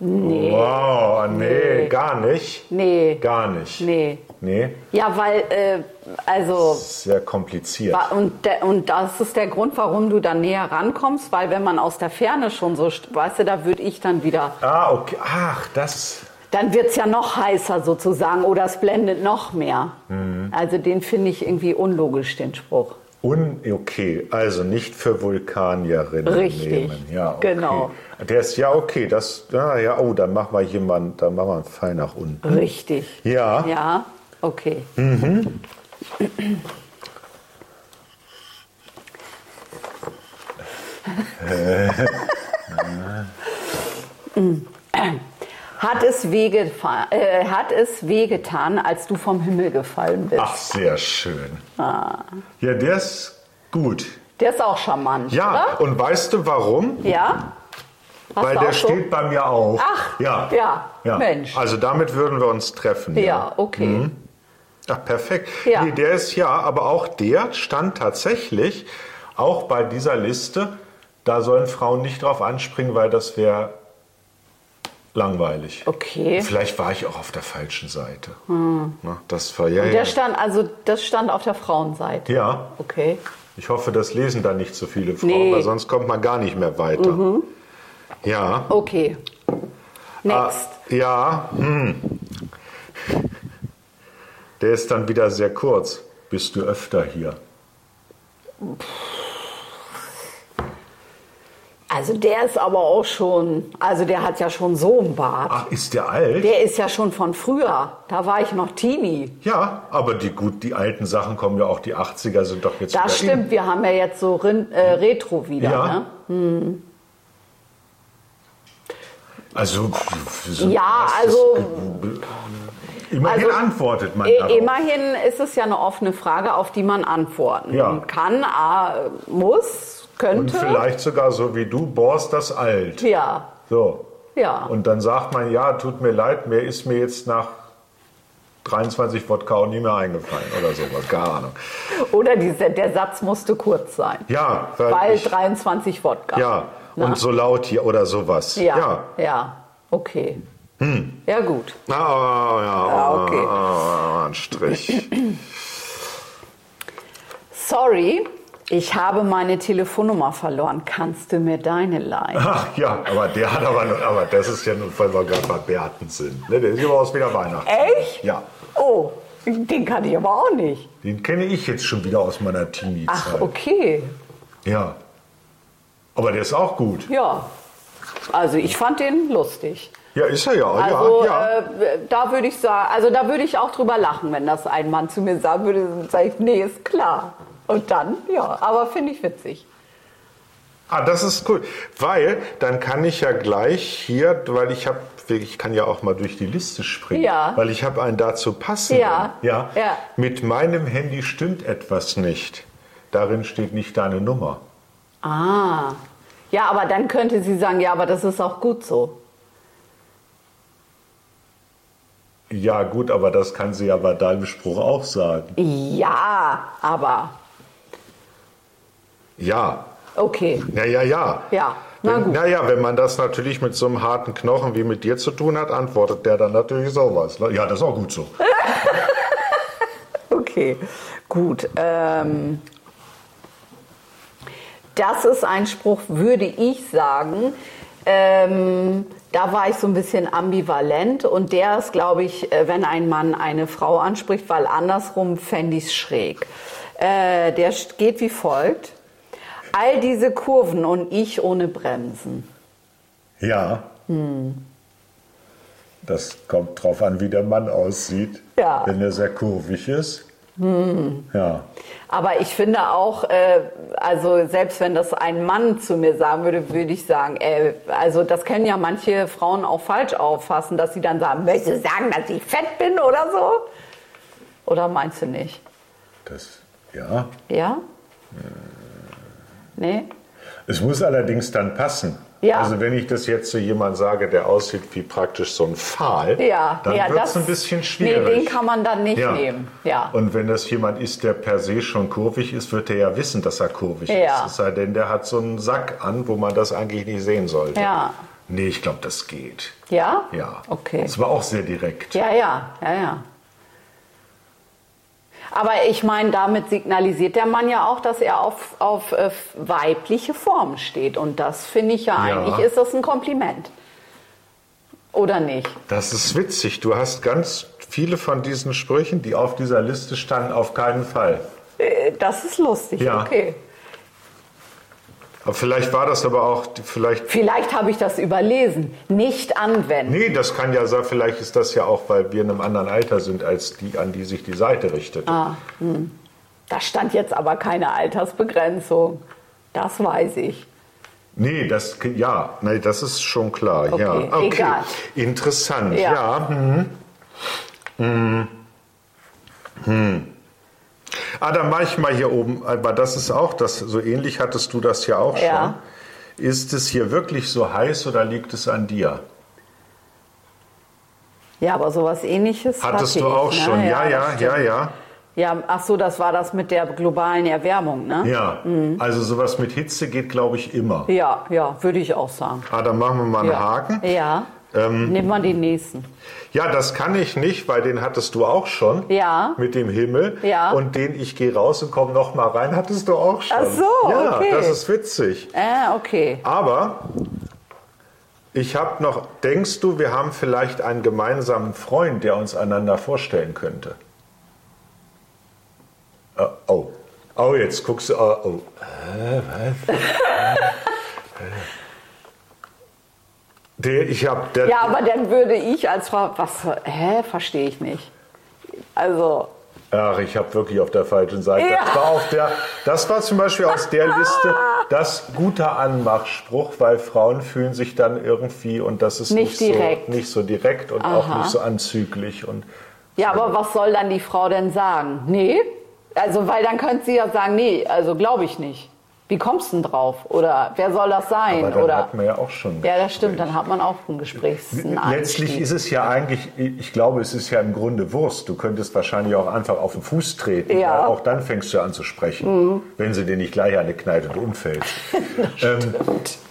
Speaker 2: Nee. Wow, ah, nee, gar nicht.
Speaker 1: Nee.
Speaker 2: Gar nicht.
Speaker 1: Nee.
Speaker 2: Nee,
Speaker 1: Ja, weil, äh, also.
Speaker 2: sehr kompliziert.
Speaker 1: Wa- Und, der- und das ist der Grund, warum du dann näher rankommst, weil wenn man aus der Ferne schon so, st- weißt du, da würde ich dann wieder,
Speaker 2: Ah, okay. Ach, das.
Speaker 1: dann wird es ja noch heißer sozusagen oder es blendet noch mehr. Also den finde ich irgendwie unlogisch, den Spruch.
Speaker 2: Un okay, also nicht für Vulkanierinnen
Speaker 1: Richtig,
Speaker 2: nehmen. Ja, okay.
Speaker 1: genau.
Speaker 2: Der ist ja okay, das ja, ja oh, dann machen wir jemanden, dann machen wir einen Pfeil nach unten.
Speaker 1: Richtig.
Speaker 2: Ja.
Speaker 1: Ja, okay.
Speaker 2: Mhm.
Speaker 1: Hat es, wehgefa- äh, hat es wehgetan, als du vom Himmel gefallen bist?
Speaker 2: Ach, sehr schön.
Speaker 1: Ah.
Speaker 2: Ja, der ist gut.
Speaker 1: Der ist auch charmant,
Speaker 2: Ja,
Speaker 1: oder?
Speaker 2: und weißt du warum?
Speaker 1: Ja? Hast
Speaker 2: Weil
Speaker 1: du auch
Speaker 2: der
Speaker 1: so?
Speaker 2: steht bei mir auch.
Speaker 1: Ach,
Speaker 2: ja.
Speaker 1: ja, Mensch.
Speaker 2: Also damit würden wir uns treffen.
Speaker 1: Ja, okay.
Speaker 2: Mhm. Ach, perfekt.
Speaker 1: Ja.
Speaker 2: Nee, der ist ja, aber auch der stand tatsächlich auch bei dieser Liste. Da sollen Frauen nicht drauf anspringen, weil das wäre langweilig.
Speaker 1: Okay. Hm.
Speaker 2: Vielleicht war ich auch auf der falschen Seite. Na, das war ja. ja.
Speaker 1: Der stand, also das stand auf der Frauenseite.
Speaker 2: ja.
Speaker 1: Okay.
Speaker 2: Ich hoffe, das lesen da nicht so viele Frauen,
Speaker 1: Nee. Mhm.
Speaker 2: weil sonst kommt man gar nicht mehr weiter. Ja.
Speaker 1: Okay. Next.
Speaker 2: Ah, ja. Hm. Der ist dann wieder sehr kurz. Bist du öfter hier?
Speaker 1: Also der ist aber auch schon, also der hat ja schon so einen Bart.
Speaker 2: Ach, ist der alt?
Speaker 1: Der ist ja schon von früher. Da war ich noch Teenie.
Speaker 2: ja, aber die gut, die alten Sachen kommen ja auch. Die 80er sind doch jetzt
Speaker 1: Das
Speaker 2: wieder in.
Speaker 1: stimmt, wir haben ja jetzt so Rin äh, Retro wieder.
Speaker 2: Ja.
Speaker 1: Ne?
Speaker 2: Also, so
Speaker 1: Ja,
Speaker 2: das ist- äh,
Speaker 1: also-
Speaker 2: Immerhin
Speaker 1: also,
Speaker 2: antwortet man
Speaker 1: I-
Speaker 2: darauf.
Speaker 1: Immerhin ist es ja eine offene Frage, auf die man antworten
Speaker 2: Ja.
Speaker 1: kann, ah, muss,
Speaker 2: Und
Speaker 1: könnte.
Speaker 2: vielleicht sogar so wie du, bohrst das alt.
Speaker 1: Ja,
Speaker 2: So.
Speaker 1: ja.
Speaker 2: Und dann sagt man, ja, tut mir leid, mir ist mir jetzt nach 23 Wodka auch nie mehr eingefallen oder sowas, keine Ahnung.
Speaker 1: Oder diese, der Satz musste kurz sein.
Speaker 2: Ja, weil,
Speaker 1: Weil
Speaker 2: ich,
Speaker 1: 23 Wodka.
Speaker 2: ja
Speaker 1: Na?
Speaker 2: und so laut hier oder sowas.
Speaker 1: ja.
Speaker 2: ja.
Speaker 1: ja. Okay. Ja, gut.
Speaker 2: Ah, ja,
Speaker 1: Ja, okay.
Speaker 2: ah, ein Strich.
Speaker 1: Sorry, ich habe meine Telefonnummer verloren. Kannst du mir deine leihen?
Speaker 2: Ach ja, aber der hat aber, nur- aber das ist ja nun, weil wir gerade bei Berten sind. Ne, der ist überaus wieder Weihnachten.
Speaker 1: Echt?
Speaker 2: Ja.
Speaker 1: Oh, den kann ich aber auch nicht.
Speaker 2: Den kenne ich jetzt schon wieder aus meiner Teenie-Zeit.
Speaker 1: Ach, okay.
Speaker 2: Ja. Aber der ist auch gut.
Speaker 1: Ja. Also ich fand den lustig.
Speaker 2: Ja, ist er ja.
Speaker 1: Also
Speaker 2: ja, ja.
Speaker 1: Äh, da würde ich sagen, also da würde ich auch drüber lachen, wenn das ein Mann zu mir sagen würde, dann sage ich, nee, ist klar. Und dann, ja, aber finde ich witzig.
Speaker 2: Ah, das ist cool, weil dann kann ich ja gleich hier, weil ich habe, ich kann ja auch mal durch die Liste springen,
Speaker 1: Ja.
Speaker 2: weil ich habe einen dazu passenden.
Speaker 1: Ja.
Speaker 2: ja.
Speaker 1: Ja.
Speaker 2: Mit meinem Handy stimmt etwas nicht. Darin steht nicht deine Nummer.
Speaker 1: Ah. Ja, aber dann könnte sie sagen, ja, aber das ist auch gut so.
Speaker 2: Ja gut, aber das kann sie ja bei deinem Spruch auch sagen.
Speaker 1: Ja, aber
Speaker 2: Ja,
Speaker 1: okay.
Speaker 2: ja, ja, ja.
Speaker 1: Ja, na
Speaker 2: Wenn-
Speaker 1: gut.
Speaker 2: Naja, wenn man das natürlich mit so einem harten Knochen wie mit dir zu tun hat, antwortet der dann natürlich sowas. ne? Ja, das ist auch gut so.
Speaker 1: Okay, gut. Ähm, das ist ein Spruch, würde ich sagen. Ähm, da war ich so ein bisschen ambivalent und der ist, glaube ich, äh, wenn ein Mann eine Frau anspricht, weil andersrum fände ich es schräg. Äh, der st- geht wie folgt. All diese Kurven und ich ohne Bremsen.
Speaker 2: Ja.
Speaker 1: Hm.
Speaker 2: Das kommt drauf an, wie der Mann aussieht.
Speaker 1: Ja. Hm.
Speaker 2: Wenn er sehr kurvig ist, Ja.
Speaker 1: Aber ich finde auch, äh, also selbst wenn das ein Mann zu mir sagen würde, würde ich sagen, äh, also das können ja manche Frauen auch falsch auffassen, dass sie dann sagen, möchtest du sagen, dass ich fett bin oder so? Oder meinst du nicht?
Speaker 2: Das, ja.
Speaker 1: Ja?
Speaker 2: Äh.
Speaker 1: Nee?
Speaker 2: Es muss allerdings dann passen.
Speaker 1: Ja.
Speaker 2: Also wenn ich das jetzt zu jemandem sage, der aussieht wie praktisch so ein Pfahl,
Speaker 1: Ja,
Speaker 2: dann
Speaker 1: ja,
Speaker 2: wird es ein bisschen schwierig.
Speaker 1: Nee, den kann man dann nicht
Speaker 2: Ja.
Speaker 1: nehmen. Ja.
Speaker 2: Und wenn das jemand ist, der per se schon kurvig ist, wird er ja wissen, dass er kurvig
Speaker 1: Ja.
Speaker 2: ist. Es sei denn, der hat so einen Sack an, wo man das eigentlich nicht sehen sollte.
Speaker 1: Ja.
Speaker 2: Nee, ich glaube, das geht.
Speaker 1: ja?
Speaker 2: Ja.
Speaker 1: Okay.
Speaker 2: Das war auch sehr direkt.
Speaker 1: Ja, ja, ja, ja. Aber ich meine, damit signalisiert der Mann ja auch, dass er auf, auf äh, weibliche Form steht. Und das finde ich ja,
Speaker 2: Ja.
Speaker 1: eigentlich, ist das ein Kompliment. Oder nicht?
Speaker 2: Das ist witzig. Du hast ganz viele von diesen Sprüchen, die auf dieser Liste standen, auf keinen Fall.
Speaker 1: Äh, Das ist lustig,
Speaker 2: Ja.
Speaker 1: okay.
Speaker 2: Aber vielleicht war das aber auch, die- vielleicht
Speaker 1: Vielleicht habe ich das überlesen. Nicht anwenden.
Speaker 2: Nee, das kann ja sein, vielleicht ist das ja auch, weil wir in einem anderen Alter sind, als die, an die sich die Seite richtet.
Speaker 1: Da stand jetzt aber keine Altersbegrenzung. Das weiß ich.
Speaker 2: Nee, das, ja, nee, das ist schon klar. ja.
Speaker 1: Okay, egal.
Speaker 2: Interessant, ja.
Speaker 1: Ja.
Speaker 2: mhm. Mhm. Hm. Mhm. Ah, dann mache ich mal hier oben, aber das ist auch das, so ähnlich hattest du das ja auch
Speaker 1: Ja.
Speaker 2: schon. Ist es hier wirklich so heiß oder liegt es an dir?
Speaker 1: Ja, aber sowas ähnliches.
Speaker 2: Hattest
Speaker 1: hatte
Speaker 2: du
Speaker 1: ich,
Speaker 2: auch
Speaker 1: ne?
Speaker 2: schon, ja,
Speaker 1: das
Speaker 2: ja,
Speaker 1: stimmt.
Speaker 2: ja, ja.
Speaker 1: Ja, ach so, das war das mit der globalen Erwärmung, ne?
Speaker 2: Ja, also sowas mit Hitze geht, glaube ich, immer.
Speaker 1: Ja, ja, würde ich auch sagen.
Speaker 2: Ah, dann machen wir mal einen
Speaker 1: ja.
Speaker 2: Haken. Ähm.
Speaker 1: Ja. Nehmen wir den nächsten.
Speaker 2: Ja, das kann ich nicht, weil den hattest du auch schon.
Speaker 1: Ja.
Speaker 2: Mit dem Himmel.
Speaker 1: Ja.
Speaker 2: Und den ich gehe raus und komme noch mal rein, hattest du auch schon.
Speaker 1: Ach so,
Speaker 2: Ja,
Speaker 1: okay.
Speaker 2: das ist witzig.
Speaker 1: Äh, okay.
Speaker 2: Aber ich habe noch, denkst du, wir haben vielleicht einen gemeinsamen Freund, der uns einander vorstellen könnte? Äh, oh. Oh, jetzt guckst du. äh, oh. Äh, was? Der, ich hab, der,
Speaker 1: Ja, aber dann würde ich als Frau, was, hä, verstehe ich nicht. Also,
Speaker 2: Ach, ich habe wirklich auf der falschen Seite.
Speaker 1: Ja.
Speaker 2: Das, war auf der, das war zum Beispiel aus der Liste das guter Anmachspruch, weil Frauen fühlen sich dann irgendwie und das ist
Speaker 1: Nicht
Speaker 2: nicht,
Speaker 1: direkt.
Speaker 2: So, nicht so direkt und auch nicht so anzüglich. Und
Speaker 1: ja, aber was soll dann die Frau denn sagen? Nee? Also, weil dann könnte sie ja sagen, nee, also glaube ich nicht. Wie kommst du denn drauf? Oder wer soll das sein?
Speaker 2: aber dann
Speaker 1: Oder,
Speaker 2: hat man ja auch schon.
Speaker 1: ja, das stimmt, dann hat man auch ein Gesprächs. einen
Speaker 2: Letztlich
Speaker 1: Anstieg.
Speaker 2: ist es ja eigentlich, ich glaube, es ist ja im Grunde Wurst. Du könntest wahrscheinlich auch einfach auf den Fuß treten.
Speaker 1: Ja. Mhm.
Speaker 2: weil Auch dann fängst du an zu sprechen, wenn sie dir nicht gleich eine knallt und umfällst. ähm,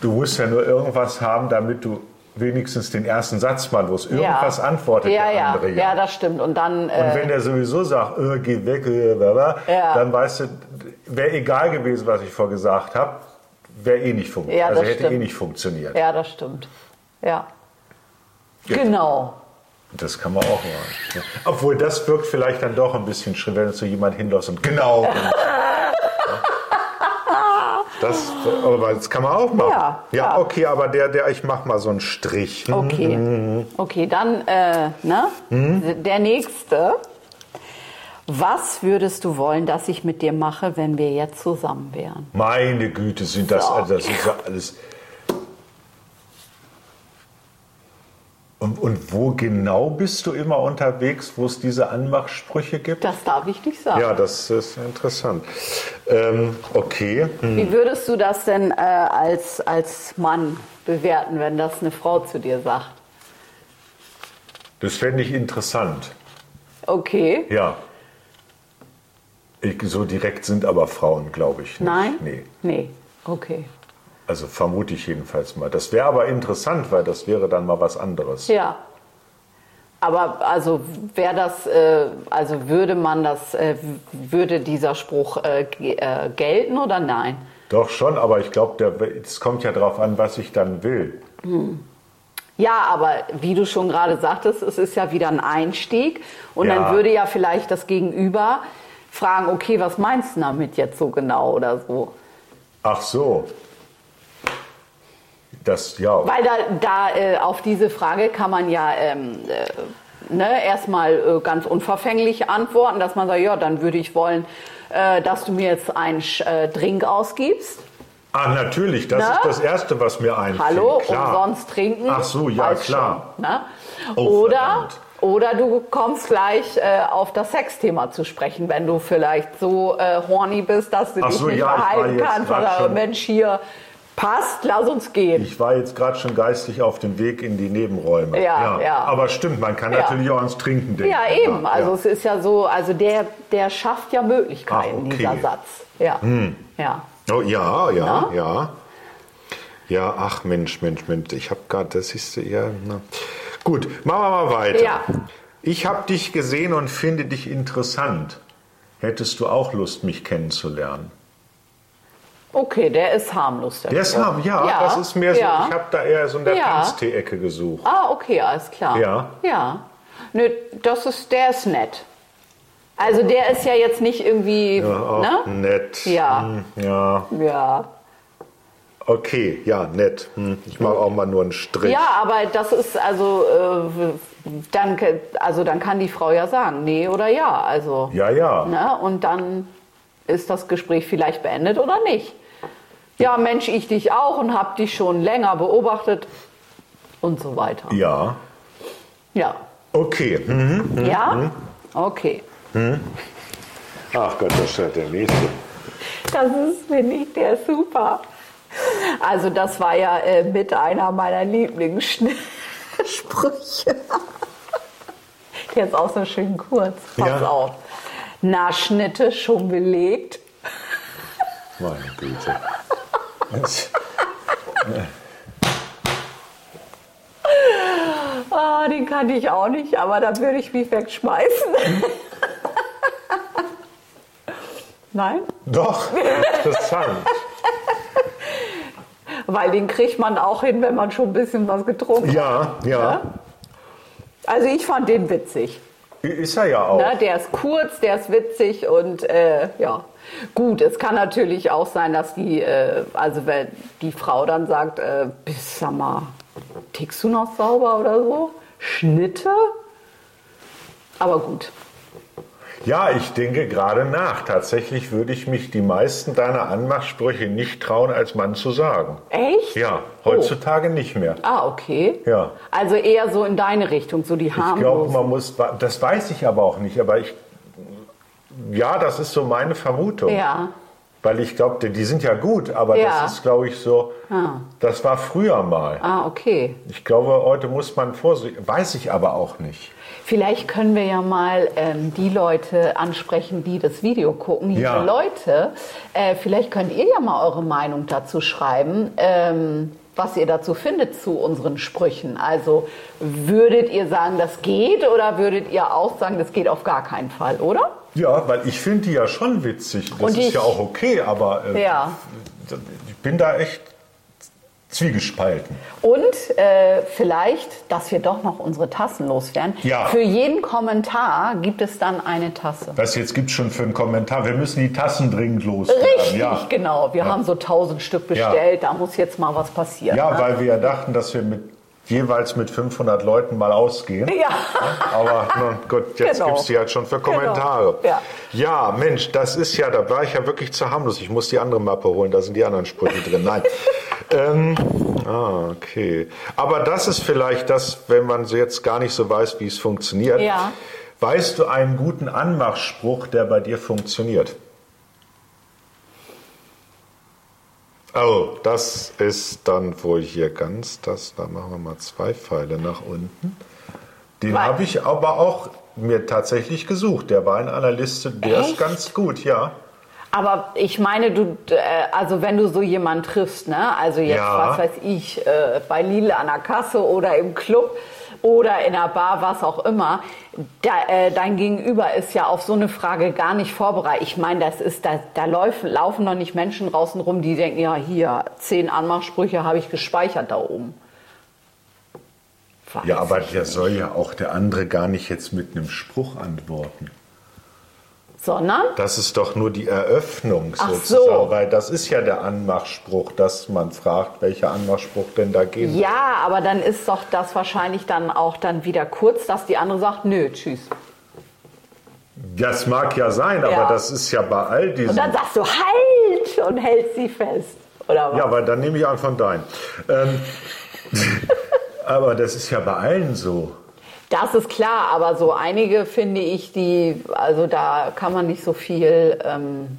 Speaker 2: du musst ja nur irgendwas haben, damit du wenigstens den ersten Satz mal los. Irgendwas antwortet
Speaker 1: ja,
Speaker 2: der
Speaker 1: ja.
Speaker 2: andere
Speaker 1: Ja, das stimmt. Und dann.
Speaker 2: und
Speaker 1: äh,
Speaker 2: wenn der sowieso sagt, äh, geh weg, äh, bla, bla,
Speaker 1: Ja.
Speaker 2: dann weißt du, wäre egal gewesen, was ich vorgesagt habe, wäre eh nicht funktioniert.
Speaker 1: Ja,
Speaker 2: also
Speaker 1: das
Speaker 2: hätte eh
Speaker 1: stimmt.
Speaker 2: nicht funktioniert.
Speaker 1: Ja, das stimmt. Ja.
Speaker 2: Ja.
Speaker 1: Genau.
Speaker 2: Das kann man auch machen. Ja. Obwohl das wirkt vielleicht dann doch ein bisschen schrill, wenn du zu jemand hinläufst und genau. genau. Ja. Das, aber das kann man auch machen.
Speaker 1: Ja,
Speaker 2: ja,
Speaker 1: klar.
Speaker 2: okay, aber der, der, ich mach mal so einen Strich. Mhm.
Speaker 1: Okay. Okay, dann, äh, ne? Der nächste. Was würdest du wollen, dass ich mit dir mache, wenn wir jetzt zusammen wären?
Speaker 2: Meine Güte, sind das,
Speaker 1: So.
Speaker 2: also das ist ja alles. Und, und wo genau bist du immer unterwegs, wo es diese Anmachsprüche gibt?
Speaker 1: Das darf ich nicht sagen.
Speaker 2: Ja, das ist interessant. Ähm, okay.
Speaker 1: Wie würdest du das denn äh, als, als Mann bewerten, wenn das eine Frau zu dir sagt?
Speaker 2: Das fände ich interessant.
Speaker 1: Okay.
Speaker 2: Ja. Ich, so direkt sind aber Frauen, glaube ich. Nicht.
Speaker 1: Nein?
Speaker 2: Nee.
Speaker 1: Nee. Okay.
Speaker 2: Also vermute ich jedenfalls mal. Das wäre aber interessant, weil das wäre dann mal was anderes.
Speaker 1: Ja. Aber also wäre das, äh, also würde man das, äh, würde dieser Spruch äh, ge- äh, gelten oder nein?
Speaker 2: Doch schon, aber ich glaube, es kommt ja darauf an, was ich dann will.
Speaker 1: Ja, aber wie du schon gerade sagtest, es ist ja wieder ein Einstieg und
Speaker 2: Ja.
Speaker 1: dann würde ja vielleicht das Gegenüber fragen, okay, was meinst du damit jetzt so genau oder so?
Speaker 2: Ach so. Das, ja.
Speaker 1: Weil da, da äh, auf diese Frage kann man ja ähm, äh, ne, erstmal äh, ganz unverfänglich antworten, dass man sagt, ja, dann würde ich wollen, äh, dass du mir jetzt einen Sch- äh, Drink ausgibst.
Speaker 2: Ah, natürlich, das
Speaker 1: Na?
Speaker 2: ist das Erste, was mir einfällt.
Speaker 1: Hallo,
Speaker 2: klar.
Speaker 1: umsonst trinken.
Speaker 2: Ach so, ja,
Speaker 1: Weiß
Speaker 2: klar.
Speaker 1: Schon, ne?
Speaker 2: Oh,
Speaker 1: oder,
Speaker 2: verdammt.
Speaker 1: oder du kommst gleich äh, auf das Sexthema zu sprechen, wenn du vielleicht so äh, horny bist, dass du
Speaker 2: Ach
Speaker 1: dich
Speaker 2: so,
Speaker 1: nicht
Speaker 2: ja, ich war
Speaker 1: verhalten
Speaker 2: jetzt
Speaker 1: kannst.
Speaker 2: grad
Speaker 1: Oder,
Speaker 2: schon-
Speaker 1: Mensch, hier passt, lass uns gehen.
Speaker 2: Ich war jetzt gerade schon geistig auf dem Weg in die Nebenräume.
Speaker 1: Ja, ja.
Speaker 2: Aber stimmt, man kann
Speaker 1: Ja.
Speaker 2: natürlich auch ans Trinken denken.
Speaker 1: ja, eben. Also
Speaker 2: ja.
Speaker 1: es ist ja so, also der, der schafft ja Möglichkeiten, Hm.
Speaker 2: Ach, okay.
Speaker 1: dieser Satz. Ja. ja.
Speaker 2: Oh, ja, ja,
Speaker 1: Na?
Speaker 2: ja. Ja, ach Mensch, Mensch, Mensch, ich habe gerade, das ist ja. Na. Gut, machen wir mal weiter.
Speaker 1: Ja.
Speaker 2: Ich habe dich gesehen und finde dich interessant. Hättest du auch Lust, mich kennenzulernen?
Speaker 1: Okay, der ist harmlos. Der
Speaker 2: Deshalb, ja,
Speaker 1: Ja,
Speaker 2: das ist mir so,
Speaker 1: ja.
Speaker 2: ich habe da eher so in der
Speaker 1: Ja.
Speaker 2: Tanztee-Ecke gesucht.
Speaker 1: Ah, okay, alles klar.
Speaker 2: Ja.
Speaker 1: Ja. Nö, das ist, der ist nett. Also der ist ja jetzt nicht irgendwie,
Speaker 2: Ja, auch
Speaker 1: ne?
Speaker 2: nett.
Speaker 1: Ja.
Speaker 2: Hm, Ja,
Speaker 1: Ja.
Speaker 2: okay, ja, nett. Hm, Ich mache auch mal nur einen Strich.
Speaker 1: Ja, aber das ist also, äh, dann, ke- also dann kann die Frau ja sagen, nee oder ja. Also,
Speaker 2: Ja, ja.
Speaker 1: Ne? Und dann ist das Gespräch vielleicht beendet oder nicht. Ja, Mensch, ich dich auch und hab dich schon länger beobachtet und so weiter.
Speaker 2: Ja.
Speaker 1: Ja.
Speaker 2: Okay. Mhm.
Speaker 1: Ja? Okay.
Speaker 2: Ach Gott, das ist der nächste.
Speaker 1: Das ist, finde ich, der ist super. Also das war ja äh, mit einer meiner Lieblingssprüche. der ist auch so schön kurz. Pass
Speaker 2: Ja.
Speaker 1: auf. Na, Schnitte schon belegt.
Speaker 2: Meine Güte. Das-
Speaker 1: Ah, den kannte ich auch nicht, aber da würde ich mich wegschmeißen. Nein,
Speaker 2: Doch, interessant.
Speaker 1: weil den kriegt man auch hin, wenn man schon ein bisschen was getrunken hat.
Speaker 2: Ja, ja.
Speaker 1: Also ich fand den witzig.
Speaker 2: Ist er ja auch.
Speaker 1: Ne? Der ist kurz, der ist witzig und äh, ja. Gut, es kann natürlich auch sein, dass die, äh, also wenn die Frau dann sagt, äh, bist sag mal, tickst du noch sauber oder so? Schnitte? Aber gut.
Speaker 2: Ja, ich denke gerade nach. Tatsächlich würde ich mich die meisten deiner Anmachsprüche nicht trauen, als Mann zu sagen.
Speaker 1: Echt?
Speaker 2: Ja,
Speaker 1: Oh.
Speaker 2: heutzutage nicht mehr.
Speaker 1: Ah, okay.
Speaker 2: Ja.
Speaker 1: Also eher so in deine Richtung, so die
Speaker 2: Ich glaube,
Speaker 1: harmlosen.
Speaker 2: man muss, das weiß ich aber auch nicht, aber ich, ja, das ist so meine Vermutung.
Speaker 1: ja.
Speaker 2: Weil ich glaube, die sind ja gut, aber
Speaker 1: Ja.
Speaker 2: das ist, glaube ich, so,
Speaker 1: Ah.
Speaker 2: das war früher mal.
Speaker 1: Ah, okay.
Speaker 2: Ich glaube, heute muss man vorsichtig, weiß ich aber auch nicht.
Speaker 1: Vielleicht können wir ja mal ähm, die Leute ansprechen, die das Video gucken. Liebe
Speaker 2: Ja.
Speaker 1: Leute, äh, vielleicht könnt ihr ja mal eure Meinung dazu schreiben, ähm, was ihr dazu findet zu unseren Sprüchen. Also würdet ihr sagen, das geht oder würdet ihr auch sagen, das geht auf gar keinen Fall, oder?
Speaker 2: Ja, weil ich finde die ja schon witzig. Das
Speaker 1: Und
Speaker 2: ist
Speaker 1: ich-
Speaker 2: ja auch okay, aber äh,
Speaker 1: Ja.
Speaker 2: ich bin da echt zwiegespalten.
Speaker 1: Und äh, vielleicht, dass wir doch noch unsere Tassen loswerden.
Speaker 2: Ja.
Speaker 1: Für jeden Kommentar gibt es dann eine Tasse.
Speaker 2: Was jetzt gibt schon für einen Kommentar? Wir müssen die Tassen dringend loswerden.
Speaker 1: Richtig,
Speaker 2: ja.
Speaker 1: genau. Wir haben so 1000 Stück bestellt, da muss jetzt mal was passieren.
Speaker 2: Ja,
Speaker 1: ne?
Speaker 2: weil wir ja dachten, dass wir mit, jeweils mit 500 Leuten mal ausgehen.
Speaker 1: Ja.
Speaker 2: Aber nun gut, jetzt
Speaker 1: Genau.
Speaker 2: gibt's die halt schon für Kommentare.
Speaker 1: Genau,
Speaker 2: Ja, Mensch, das ist ja, da war ich ja wirklich zu harmlos. Ich muss die andere Mappe holen, da sind die anderen Sprüche drin. Nein. ähm, ah, okay. Aber das ist vielleicht das, wenn man so jetzt gar nicht so weiß, wie es funktioniert.
Speaker 1: Ja.
Speaker 2: Weißt du einen guten Anmachspruch, der bei dir funktioniert? Oh, das ist dann wohl hier ganz das. Da machen wir mal zwei Pfeile nach unten. Den
Speaker 1: Weil-
Speaker 2: habe ich aber auch mir tatsächlich gesucht. Der war in einer Liste, der ist
Speaker 1: Echt?
Speaker 2: ganz gut, ja.
Speaker 1: Aber ich meine, du, äh, also wenn du so jemanden triffst, ne? also jetzt,
Speaker 2: Ja.
Speaker 1: was weiß ich, äh, bei Lidl an der Kasse oder im Club oder in der Bar, was auch immer, da, äh, dein Gegenüber ist ja auf so eine Frage gar nicht vorbereitet. Ich meine, das ist, da, da laufen, laufen noch nicht Menschen draußen rum, die denken, ja, hier, zehn Anmachsprüche habe ich gespeichert da oben. Weiß
Speaker 2: Ja, aber
Speaker 1: ich
Speaker 2: der soll ja auch der andere gar nicht jetzt mit einem Spruch antworten.
Speaker 1: sondern
Speaker 2: Das ist doch nur die Eröffnung
Speaker 1: Ach
Speaker 2: sozusagen,
Speaker 1: so.
Speaker 2: weil das ist ja der Anmachspruch, dass man fragt, welcher Anmachspruch denn da gehen
Speaker 1: ja, aber dann ist doch das wahrscheinlich dann auch dann wieder kurz, dass die andere sagt, nö, tschüss.
Speaker 2: Das mag ja sein, aber
Speaker 1: Ja.
Speaker 2: das ist ja bei all diesen.
Speaker 1: Und dann sagst du halt und hältst sie fest. Oder was?
Speaker 2: ja, aber dann nehme ich einfach deinen. Ähm, aber das ist ja bei allen so.
Speaker 1: Das ist klar, aber so einige finde ich, die, also da kann man nicht so viel, ähm,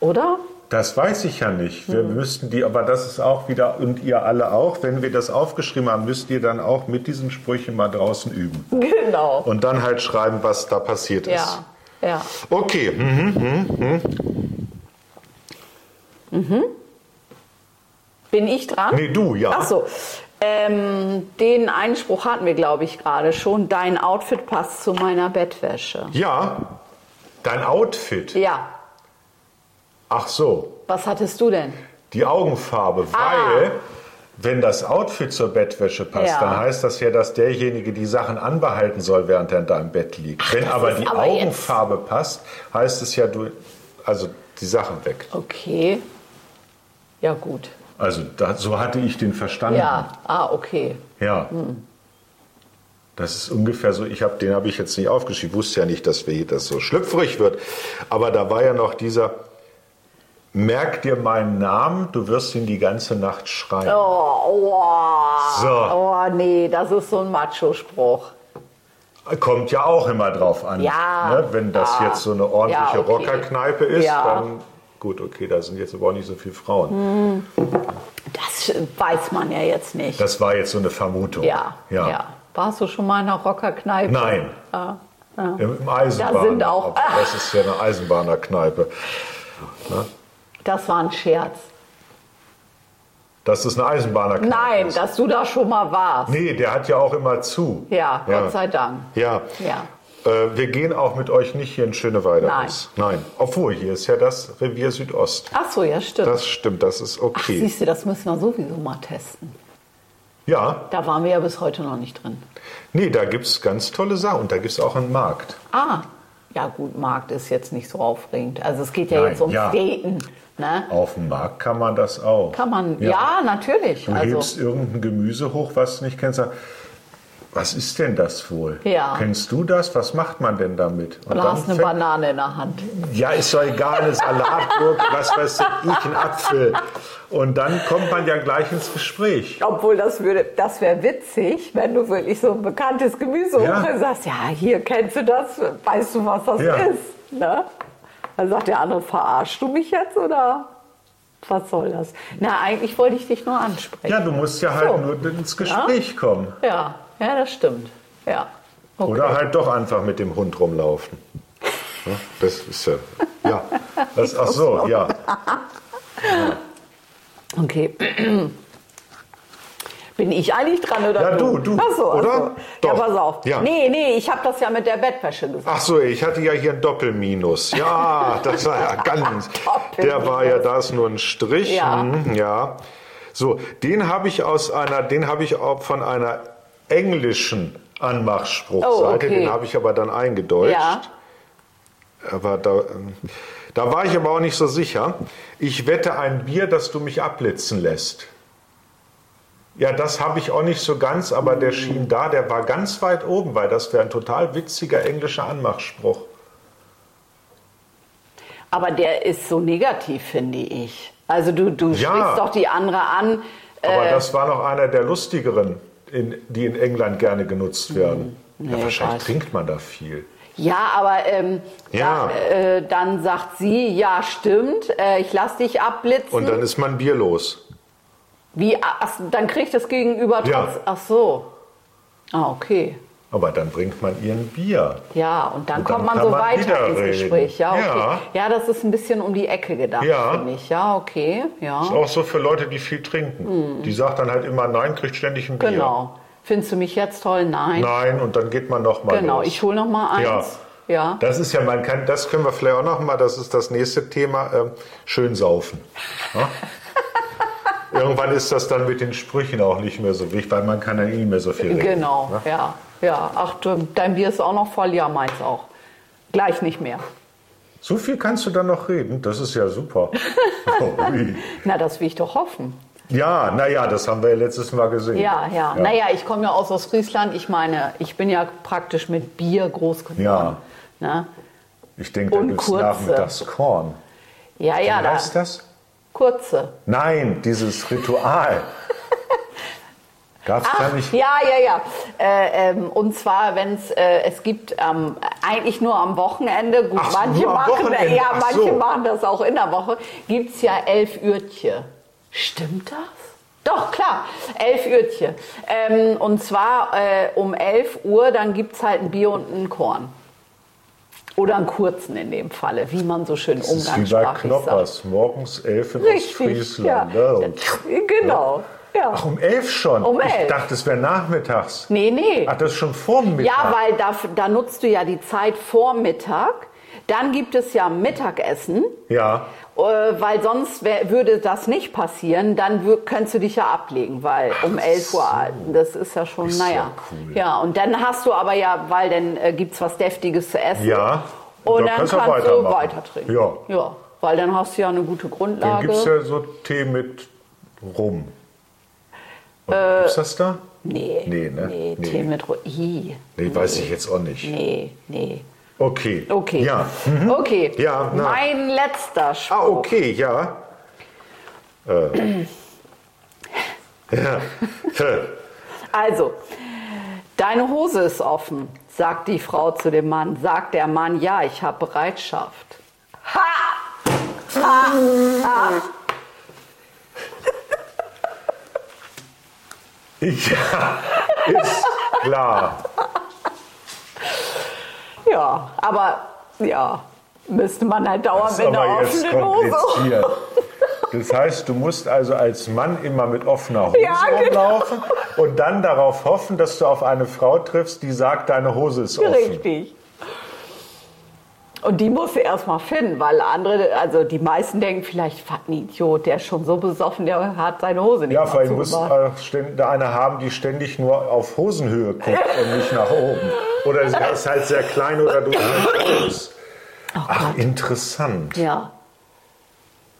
Speaker 1: oder?
Speaker 2: Das weiß ich ja nicht. Wir
Speaker 1: Hm.
Speaker 2: müssten die, aber das ist auch wieder, und ihr alle auch, wenn wir das aufgeschrieben haben, müsst ihr dann auch mit diesen Sprüchen mal draußen üben.
Speaker 1: Genau.
Speaker 2: Und dann halt schreiben, was da passiert ist.
Speaker 1: Ja, ja.
Speaker 2: Okay. Mhm, mhm, mhm.
Speaker 1: Bin ich dran?
Speaker 2: Nee, du, ja.
Speaker 1: Ach so. Ähm, den Einspruch hatten wir, glaube ich, gerade schon. Dein Outfit passt zu meiner Bettwäsche.
Speaker 2: Ja. Dein Outfit.
Speaker 1: Ja.
Speaker 2: Ach so.
Speaker 1: Was hattest du denn?
Speaker 2: Die Augenfarbe,
Speaker 1: Ah.
Speaker 2: weil wenn das Outfit zur Bettwäsche passt,
Speaker 1: Ja.
Speaker 2: dann heißt das ja, dass derjenige die Sachen anbehalten soll, während er in deinem Bett liegt. wenn aber
Speaker 1: ist
Speaker 2: die
Speaker 1: aber jetzt-
Speaker 2: Augenfarbe passt, heißt es ja, du, also die Sachen weg.
Speaker 1: Okay. Ja, gut.
Speaker 2: Also da, so hatte ich den verstanden.
Speaker 1: Ja. Hm. Ah, okay.
Speaker 2: Ja. Das ist ungefähr so, ich hab, den habe ich jetzt nicht aufgeschrieben, wusste ja nicht, dass wir- das so schlüpfrig wird. Aber da war ja noch dieser, merk dir meinen Namen, du wirst ihn die ganze Nacht schreien.
Speaker 1: Oh, wow.
Speaker 2: So.
Speaker 1: Oh, nee, das ist so ein Macho-Spruch.
Speaker 2: Kommt ja auch immer drauf an.
Speaker 1: Ja.
Speaker 2: Ne? Wenn das
Speaker 1: Ah.
Speaker 2: jetzt so eine ordentliche
Speaker 1: Ja, okay.
Speaker 2: Rockerkneipe ist,
Speaker 1: Ja. Mhm.
Speaker 2: dann gut, okay, da sind jetzt aber auch nicht so viele Frauen.
Speaker 1: Das weiß man ja jetzt nicht.
Speaker 2: Das war jetzt so eine Vermutung.
Speaker 1: ja,
Speaker 2: ja.
Speaker 1: ja, Warst du schon mal in einer Rockerkneipe?
Speaker 2: Nein.
Speaker 1: Ja.
Speaker 2: Im im Eisenbahn.
Speaker 1: Da sind auch-
Speaker 2: aber Das ist ja eine Eisenbahnerkneipe.
Speaker 1: Das war ein Scherz.
Speaker 2: Das ist eine Eisenbahnerkneipe.
Speaker 1: Nein,
Speaker 2: ist.
Speaker 1: dass du da schon mal warst.
Speaker 2: Nee, der hat ja auch immer zu.
Speaker 1: Ja,
Speaker 2: Ja.
Speaker 1: Gott sei Dank.
Speaker 2: Ja.
Speaker 1: Ja.
Speaker 2: Äh, wir gehen auch mit euch nicht hier in Schöneweide
Speaker 1: Nein.
Speaker 2: raus. Nein. Obwohl, hier ist ja das Revier Südost.
Speaker 1: Ach so, ja, stimmt.
Speaker 2: Das stimmt, das ist
Speaker 1: Ach,
Speaker 2: okay.
Speaker 1: siehst du, das müssen wir sowieso mal testen.
Speaker 2: ja.
Speaker 1: Da waren wir ja bis heute noch nicht drin.
Speaker 2: Nee, da gibt es ganz tolle Sachen. Und da gibt es auch einen Markt.
Speaker 1: Ah, ja gut, Markt ist jetzt nicht so aufregend. Also es geht ja
Speaker 2: Nein,
Speaker 1: jetzt ums
Speaker 2: ja.
Speaker 1: Daten. Ne?
Speaker 2: Auf dem Markt kann man das auch.
Speaker 1: Kann man, ja, natürlich.
Speaker 2: Du hebst
Speaker 1: Also,
Speaker 2: irgendein Gemüse hoch, was du nicht kennst. sag, Was ist denn das wohl?
Speaker 1: Ja.
Speaker 2: Kennst du das? Was macht man denn damit? Und
Speaker 1: du hast eine
Speaker 2: fängt-
Speaker 1: Banane in der Hand.
Speaker 2: Ja, ist doch egal, eine Salatgurke, was weiß ich, ein Apfel. Und dann kommt man ja gleich ins Gespräch.
Speaker 1: Obwohl das würde, das wäre witzig, wenn du wirklich so ein bekanntes Gemüse
Speaker 2: Ja.
Speaker 1: hochbringst und sagst, ja, hier kennst du das, weißt du, was das
Speaker 2: Ja.
Speaker 1: ist. Ne? Dann sagt der andere, verarschst du mich jetzt oder was soll das? Na, eigentlich wollte ich dich nur ansprechen.
Speaker 2: Ja, du musst ja halt
Speaker 1: So.
Speaker 2: nur ins Gespräch kommen.
Speaker 1: Ja, ja, das stimmt. Ja. Okay.
Speaker 2: Oder halt doch einfach mit dem Hund rumlaufen. Ja, Das ist ja. Ja. Das, ach so, ja.
Speaker 1: Okay. Bin ich eigentlich dran oder
Speaker 2: Ja,
Speaker 1: du?
Speaker 2: du, du,
Speaker 1: Ach so, ach
Speaker 2: oder?
Speaker 1: so. Ja,
Speaker 2: Doch.
Speaker 1: pass auf.
Speaker 2: Ja.
Speaker 1: Nee, nee, ich habe das ja mit der Bettwäsche gesagt.
Speaker 2: Ach so, ich hatte ja hier ein Doppelminus. Ja, das war ja ganz. Der war ja, da ist nur ein Strich.
Speaker 1: Ja.
Speaker 2: Mhm, ja. So, den habe ich aus einer, den habe ich auch von einer englischen Anmachspruchseite,
Speaker 1: Oh, okay.
Speaker 2: den habe ich aber dann eingedeutscht.
Speaker 1: Ja.
Speaker 2: Aber da, ähm, da war ich aber auch nicht so sicher. Ich wette ein Bier, dass du mich abblitzen lässt. Ja, das habe ich auch nicht so ganz, aber
Speaker 1: Hm.
Speaker 2: der schien da, der war ganz weit oben, weil das wäre ein total witziger englischer Anmachspruch.
Speaker 1: Aber der ist so negativ, finde ich. Also du, du
Speaker 2: Ja.
Speaker 1: sprichst doch die andere an. Äh.
Speaker 2: Aber das war noch einer der lustigeren, in, die in England gerne genutzt werden. ja,
Speaker 1: Hm. nee,
Speaker 2: wahrscheinlich
Speaker 1: weiß.
Speaker 2: trinkt man da viel.
Speaker 1: Ja, aber ähm,
Speaker 2: Ja.
Speaker 1: da, äh, dann sagt sie, ja, stimmt, äh, ich lass dich abblitzen.
Speaker 2: Und dann ist man bierlos.
Speaker 1: Wie, ach, dann kriegt das Gegenüber
Speaker 2: Ja.
Speaker 1: trotz, ach so. Ah, okay.
Speaker 2: Aber dann bringt man ihren Bier.
Speaker 1: Ja, und dann
Speaker 2: Und
Speaker 1: kommt
Speaker 2: dann
Speaker 1: man
Speaker 2: kann
Speaker 1: so
Speaker 2: man wieder
Speaker 1: weiter ins
Speaker 2: reden.
Speaker 1: Gespräch. Ja, okay.
Speaker 2: Ja.
Speaker 1: ja. das ist ein bisschen um die Ecke gedacht,
Speaker 2: Ja.
Speaker 1: finde ich. Ja, okay. Ja,
Speaker 2: Auch so für Leute, die viel trinken. Die sagt dann halt immer Nein, kriegt ständig ein Bier.
Speaker 1: Mhm. genau. Findest du mich jetzt toll? Nein.
Speaker 2: Nein, und dann geht man nochmal.
Speaker 1: genau,
Speaker 2: los.
Speaker 1: ich hole noch mal eins. Ja.
Speaker 2: Das ist ja, man kann, das können wir vielleicht auch nochmal, das ist das nächste Thema, ähm, schön saufen. Ja? Irgendwann ist das dann mit den Sprüchen auch nicht mehr so wichtig, weil man kann dann eh
Speaker 1: ne?
Speaker 2: nicht mehr so viel reden. ne?
Speaker 1: Genau, ja. ja. Ach, du, dein Bier ist auch noch voll, ja, meins auch. Gleich nicht mehr.
Speaker 2: So viel kannst du dann noch reden. Das ist ja super. Oh, Ui.
Speaker 1: Na, das will ich doch hoffen.
Speaker 2: ja, naja, das haben wir ja letztes Mal gesehen.
Speaker 1: Ja, ja. Naja, ich komme ja aus Ostfriesland. Ich meine, ich bin ja praktisch mit Bier groß geworden. Ja, ne?
Speaker 2: Ich denke, da
Speaker 1: Und
Speaker 2: gibt es
Speaker 1: kurze.
Speaker 2: nachmittags Korn.
Speaker 1: ja, ja da,
Speaker 2: Weißt du das?
Speaker 1: kurze.
Speaker 2: Nein, dieses Ritual. Gab es da nicht?
Speaker 1: Ja, ja, ja. Äh, ähm, und zwar, wenn es äh, es gibt ähm, eigentlich nur am Wochenende, gut,
Speaker 2: Ach,
Speaker 1: manche,
Speaker 2: nur am
Speaker 1: machen,
Speaker 2: Wochenende.
Speaker 1: Ja,
Speaker 2: Ach
Speaker 1: manche
Speaker 2: so.
Speaker 1: machen das auch in der Woche, gibt es ja elf Uhrtje. Stimmt das? Doch, klar, elf Uhrtje. Ähm, und zwar äh, um 11 Uhr, dann gibt es halt ein Bier und einen Korn. Oder einen kurzen in dem Falle, wie man so schön
Speaker 2: Das ist wie bei
Speaker 1: umgangssprachlich sagt.
Speaker 2: Knoppers. Morgens elf in
Speaker 1: Richtig, ja.
Speaker 2: Ostfriesland. Ne? Und-
Speaker 1: Genau, ja.
Speaker 2: Ach, um elf schon?
Speaker 1: Um elf.
Speaker 2: Ich dachte, es wäre nachmittags.
Speaker 1: Nee, nee.
Speaker 2: Ach, das ist schon vorm Mittag.
Speaker 1: Ja, weil da, da nutzt du ja die Zeit vor Mittag. Dann gibt es ja Mittagessen,
Speaker 2: Ja,
Speaker 1: äh, weil sonst wär, würde das nicht passieren. Dann wür- könntest du dich ja ablegen, weil um 11 Uhr, das ist ja schon,
Speaker 2: Ist ja
Speaker 1: naja.
Speaker 2: cool.
Speaker 1: Ja, und dann hast du aber ja, weil dann äh, gibt es was Deftiges zu essen.
Speaker 2: ja.
Speaker 1: Und dann kannst,
Speaker 2: ja
Speaker 1: du
Speaker 2: weitermachen.
Speaker 1: weiter trinken.
Speaker 2: Ja.
Speaker 1: ja. Weil dann hast du ja eine gute
Speaker 2: Dann
Speaker 1: Grundlage.
Speaker 2: gibt es ja so Tee mit Rum. Und gibt's das da?
Speaker 1: Äh, nee,
Speaker 2: Nee, ne?
Speaker 1: nee,
Speaker 2: Nee.
Speaker 1: Tee mit Ru I.
Speaker 2: Nee, weiß ich jetzt auch nicht.
Speaker 1: Nee, nee.
Speaker 2: Okay.
Speaker 1: Okay.
Speaker 2: Ja. Mhm.
Speaker 1: Okay.
Speaker 2: Ja, na.
Speaker 1: mein letzter Spruch.
Speaker 2: Ah, okay, ja. Äh. ja.
Speaker 1: Also, deine Hose ist offen, sagt die Frau zu dem Mann. Sagt der Mann, ja, ich habe Bereitschaft.
Speaker 2: ja, ist klar.
Speaker 1: Ja, aber ja, müsste man halt dauern
Speaker 2: Das ist
Speaker 1: mit einer
Speaker 2: aber jetzt
Speaker 1: offenen Hose.
Speaker 2: kompliziert. Das heißt, du musst also als Mann immer mit offener Hose
Speaker 1: Ja, genau.
Speaker 2: rumlaufen und dann darauf hoffen, dass du auf eine Frau triffst, die sagt, deine Hose ist offen.
Speaker 1: Richtig. Und die musst du erstmal finden, weil andere, also die meisten denken vielleicht, was ein Idiot, der ist schon so besoffen, der hat seine Hose nicht
Speaker 2: Ja,
Speaker 1: mal
Speaker 2: vor allem muss
Speaker 1: zugemacht.
Speaker 2: auch ständ- da eine haben, die ständig nur auf Hosenhöhe guckt und nicht nach oben. Oder sie ist halt sehr klein oder du bist halt groß. Ach, interessant.
Speaker 1: Oh Ja.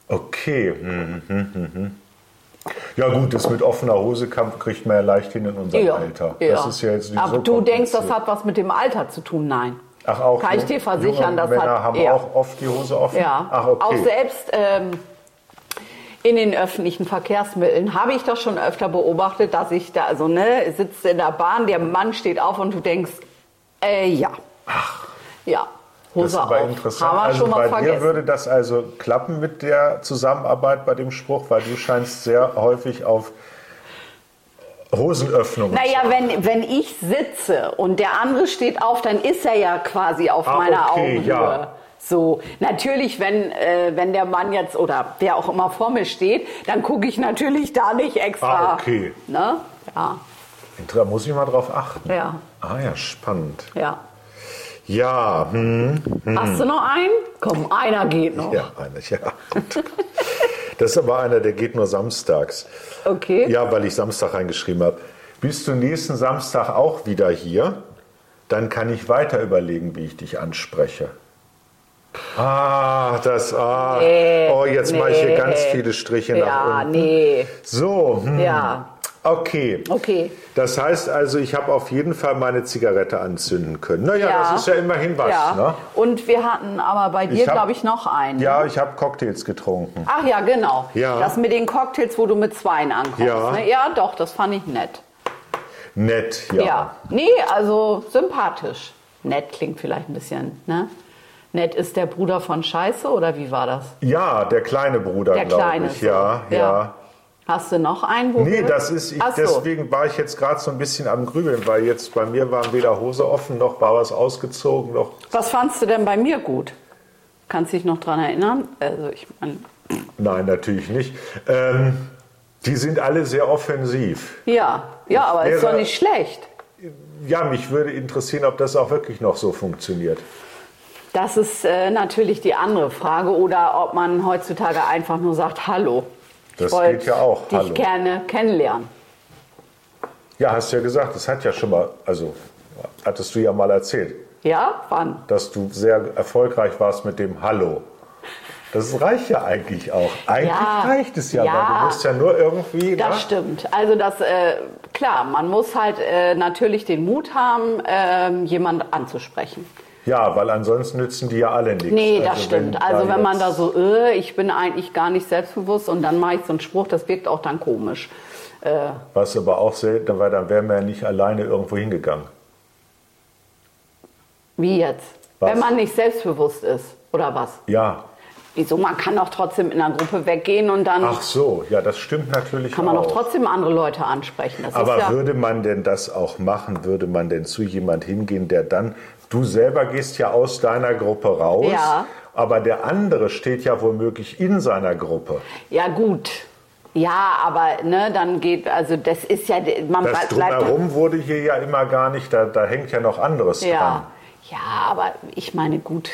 Speaker 2: Okay. Hm, hm, hm, hm. Ja gut, das mit offener Hose kann- kriegt man ja leicht hin in unserem Alter.
Speaker 1: ja.
Speaker 2: Das ist ja jetzt nicht
Speaker 1: Aber
Speaker 2: so
Speaker 1: du denkst, das
Speaker 2: kompliziert.
Speaker 1: hat was mit dem Alter zu tun? Nein.
Speaker 2: Ach, auch
Speaker 1: Kann ich
Speaker 2: junge-
Speaker 1: dir versichern,
Speaker 2: junge
Speaker 1: das
Speaker 2: Männer
Speaker 1: hat
Speaker 2: haben
Speaker 1: ja.
Speaker 2: auch oft die Hose offen.
Speaker 1: Ja.
Speaker 2: Ach, okay.
Speaker 1: Auch selbst ähm, in den öffentlichen Verkehrsmitteln habe ich das schon öfter beobachtet, dass ich da, also ne, sitzt in der Bahn, der Mann steht auf und du denkst, äh, ja. Ja. Hose
Speaker 2: das ist aber
Speaker 1: auf.
Speaker 2: interessant.
Speaker 1: Haben wir
Speaker 2: Also
Speaker 1: schon mal
Speaker 2: bei dir
Speaker 1: vergessen.
Speaker 2: würde das also klappen mit der Zusammenarbeit bei dem Spruch, weil du scheinst sehr häufig auf Hosenöffnungen.
Speaker 1: Naja, wenn, wenn ich sitze und der andere steht auf, dann ist er ja quasi auf
Speaker 2: Ah,
Speaker 1: meiner
Speaker 2: okay,
Speaker 1: Augenhöhe.
Speaker 2: ja.
Speaker 1: So, natürlich, wenn, äh, wenn der Mann jetzt oder der auch immer vor mir steht, dann gucke ich natürlich da nicht extra.
Speaker 2: Ah, okay.
Speaker 1: Ne? Ja,
Speaker 2: Da muss ich mal drauf achten.
Speaker 1: ja,
Speaker 2: Ah ja, spannend.
Speaker 1: ja.
Speaker 2: Ja, hm,
Speaker 1: Hast du noch einen? Komm, einer geht noch.
Speaker 2: ja, eine, ja. Gut. Das ist aber einer, der geht nur samstags.
Speaker 1: Okay.
Speaker 2: Ja, weil ich Samstag reingeschrieben habe. Bist du nächsten Samstag auch wieder hier? Dann kann ich weiter überlegen, wie ich dich anspreche. Ah, das. Ah.
Speaker 1: Nee,
Speaker 2: oh, jetzt mache ich hier
Speaker 1: nee.
Speaker 2: ganz viele Striche nach
Speaker 1: Ja,
Speaker 2: unten.
Speaker 1: nee.
Speaker 2: So. Hm.
Speaker 1: Ja.
Speaker 2: Okay.
Speaker 1: Okay.
Speaker 2: Das heißt also, ich habe auf jeden Fall meine Zigarette anzünden können. Naja, ja. das ist ja immerhin was.
Speaker 1: Ja.
Speaker 2: Ne?
Speaker 1: Und wir hatten aber bei dir,
Speaker 2: hab-
Speaker 1: glaube ich, noch einen.
Speaker 2: Ja, ich habe Cocktails getrunken.
Speaker 1: Ach ja, genau.
Speaker 2: Ja.
Speaker 1: Das mit den Cocktails, wo du mit Zweien ankommst.
Speaker 2: Ja.
Speaker 1: Ne? ja, doch, das fand ich nett.
Speaker 2: Nett,
Speaker 1: Ja. Nee, also sympathisch. Nett klingt vielleicht ein bisschen, ne? Nett ist der Bruder von Scheiße oder wie war das?
Speaker 2: Ja, der kleine Bruder,
Speaker 1: Der
Speaker 2: glaube
Speaker 1: kleine.
Speaker 2: ich.
Speaker 1: so.
Speaker 2: Ja, ja.
Speaker 1: Hast du noch einen? Wo
Speaker 2: Nee,
Speaker 1: wir-
Speaker 2: das ist, ich,
Speaker 1: Ach so.
Speaker 2: deswegen war ich jetzt gerade so ein bisschen am Grübeln, weil jetzt bei mir waren weder Hose offen, noch war was ausgezogen, noch.
Speaker 1: Was fandst du denn bei mir gut? Kannst dich noch dran erinnern? Also ich meine,
Speaker 2: Nein, natürlich nicht. Ähm, die sind alle sehr offensiv.
Speaker 1: ja, ja, aber ist
Speaker 2: wäre-
Speaker 1: doch nicht schlecht.
Speaker 2: Ja, mich würde interessieren, ob das auch wirklich noch so funktioniert.
Speaker 1: Das ist äh, natürlich die andere Frage oder ob man heutzutage einfach nur sagt Hallo. Ich
Speaker 2: Das
Speaker 1: wollte
Speaker 2: geht ja auch,
Speaker 1: Dich
Speaker 2: Hallo.
Speaker 1: gerne kennenlernen.
Speaker 2: Ja, hast du ja gesagt, das hat ja schon mal, also hattest du ja mal erzählt.
Speaker 1: Ja, wann?
Speaker 2: dass du sehr erfolgreich warst mit dem Hallo. Das reicht ja eigentlich auch. Eigentlich
Speaker 1: Ja.
Speaker 2: reicht es ja, weil
Speaker 1: Ja.
Speaker 2: du musst ja nur irgendwie.
Speaker 1: Das
Speaker 2: ne?
Speaker 1: stimmt. Also das, äh, klar, man muss halt äh, natürlich den Mut haben, ähm, jemand anzusprechen.
Speaker 2: Ja, weil ansonsten nützen die ja alle nichts.
Speaker 1: Nee, das stimmt. also wenn man
Speaker 2: jetzt-
Speaker 1: da so, äh, ich bin eigentlich gar nicht selbstbewusst und dann mache ich so einen Spruch, das wirkt auch dann komisch.
Speaker 2: Was aber auch selten, weil dann wären wir ja nicht alleine irgendwo hingegangen.
Speaker 1: Wie jetzt?
Speaker 2: Was?
Speaker 1: Wenn man nicht selbstbewusst ist, oder was?
Speaker 2: Ja.
Speaker 1: Wieso? Man kann doch trotzdem in einer Gruppe weggehen und dann
Speaker 2: Ach so, ja, das stimmt natürlich
Speaker 1: kann man
Speaker 2: auch.
Speaker 1: doch trotzdem andere Leute ansprechen. Das
Speaker 2: aber
Speaker 1: ist ja,
Speaker 2: würde man denn das auch machen? Würde man denn zu jemand hingehen, der dann, du selber gehst ja aus deiner Gruppe raus,
Speaker 1: Ja.
Speaker 2: aber der andere steht ja womöglich in seiner Gruppe.
Speaker 1: ja gut. Ja, aber ne, dann geht, also das ist ja, man
Speaker 2: Das Drumherum wurde hier ja immer gar nicht, da, da hängt ja noch anderes dran.
Speaker 1: Ja, ja, aber ich meine, gut.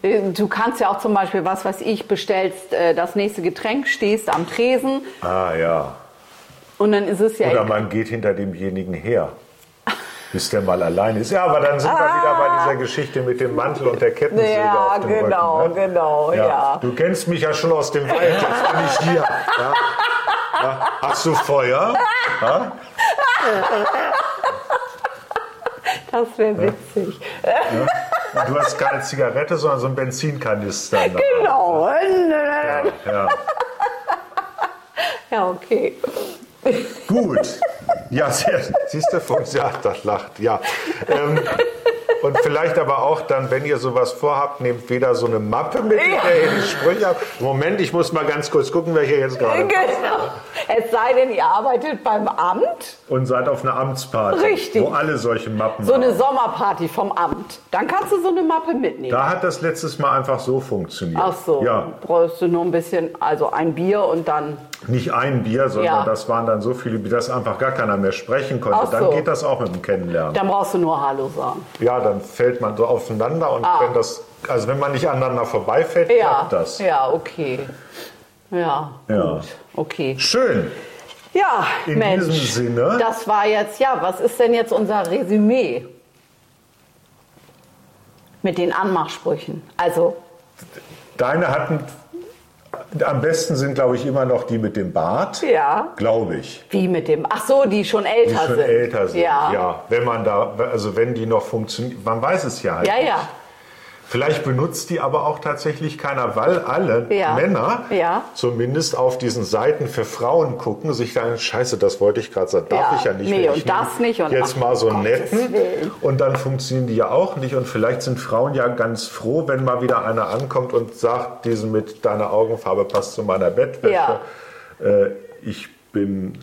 Speaker 1: Äh, Du kannst ja auch zum Beispiel, was weiß ich, bestellst äh, das nächste Getränk, stehst am Tresen
Speaker 2: Ah ja.
Speaker 1: und dann ist es ja.
Speaker 2: Oder man geht hinter demjenigen her. Bis der mal allein ist. Ja, aber dann sind wir wieder bei dieser Geschichte mit dem Mantel und der Kettensäge
Speaker 1: Ah. Ja,
Speaker 2: auf dem
Speaker 1: genau,
Speaker 2: Rücken, ne?
Speaker 1: genau, ja.
Speaker 2: Du kennst mich ja schon aus dem Wald, jetzt bin ich hier. Ja. Ja. Hast du Feuer? Ja.
Speaker 1: das wäre witzig.
Speaker 2: Und du hast keine Zigarette, sondern so einen Benzinkanister.
Speaker 1: Genau.
Speaker 2: Ja, ja.
Speaker 1: Ja, okay.
Speaker 2: Gut. Ja, sehr, siehst du, funktioniert, das lacht, ja. Ähm, und vielleicht aber auch dann, wenn ihr sowas vorhabt, nehmt weder so eine Mappe mit, in der ihr die Sprüche habt. Moment, ich muss mal ganz kurz gucken, wer hier jetzt gerade
Speaker 1: Genau. Es sei denn, ihr arbeitet beim Amt,
Speaker 2: Und seid auf einer Amtsparty,
Speaker 1: Richtig.
Speaker 2: wo alle solche Mappen
Speaker 1: so eine
Speaker 2: haben.
Speaker 1: Sommerparty vom Amt. Dann kannst du so eine Mappe mitnehmen.
Speaker 2: Da hat das letztes Mal einfach so funktioniert.
Speaker 1: Ach so,
Speaker 2: Ja,
Speaker 1: brauchst du nur ein bisschen, also ein Bier und dann.
Speaker 2: nicht ein Bier, sondern
Speaker 1: Ja.
Speaker 2: das waren dann so viele, dass einfach gar keiner mehr sprechen konnte.
Speaker 1: Ach
Speaker 2: dann
Speaker 1: so.
Speaker 2: geht das auch mit dem Kennenlernen.
Speaker 1: Dann brauchst du nur Hallo sagen.
Speaker 2: Ja, dann fällt man so aufeinander und
Speaker 1: Ah.
Speaker 2: wenn das, also wenn man nicht aneinander vorbeifällt,
Speaker 1: Ja,
Speaker 2: klappt das.
Speaker 1: ja, okay. Ja,
Speaker 2: Ja.
Speaker 1: gut, okay.
Speaker 2: Schön.
Speaker 1: Ja,
Speaker 2: In
Speaker 1: Mensch,
Speaker 2: diesem Sinne.
Speaker 1: das war jetzt, ja, was ist denn jetzt unser Resümee? Mit den Anmachsprüchen. Also,
Speaker 2: Deine hatten, am besten sind, glaube ich, immer noch die mit dem Bart.
Speaker 1: ja,
Speaker 2: Glaube ich.
Speaker 1: wie mit dem, ach so, die schon
Speaker 2: Die
Speaker 1: älter
Speaker 2: schon
Speaker 1: sind.
Speaker 2: älter sind.
Speaker 1: Ja, ja,
Speaker 2: Wenn man da, also wenn die noch funktionieren, man weiß es ja halt.
Speaker 1: ja.
Speaker 2: nicht.
Speaker 1: ja.
Speaker 2: Vielleicht benutzt die aber auch tatsächlich keiner, weil alle
Speaker 1: Ja.
Speaker 2: Männer
Speaker 1: Ja.
Speaker 2: zumindest auf diesen Seiten für Frauen gucken, sich dann, scheiße, das wollte ich gerade sagen, darf
Speaker 1: Ja,
Speaker 2: ich ja nicht.
Speaker 1: nee,
Speaker 2: wenn
Speaker 1: und
Speaker 2: ich
Speaker 1: das
Speaker 2: mir
Speaker 1: nicht und
Speaker 2: jetzt
Speaker 1: ach,
Speaker 2: mal so
Speaker 1: Gottes
Speaker 2: netten.
Speaker 1: Willen.
Speaker 2: Und dann funktionieren die ja auch nicht. Und vielleicht sind Frauen ja ganz froh, wenn mal wieder einer ankommt und sagt, diesen mit deiner Augenfarbe passt zu meiner Bettwäsche.
Speaker 1: Ja.
Speaker 2: Äh, ich bin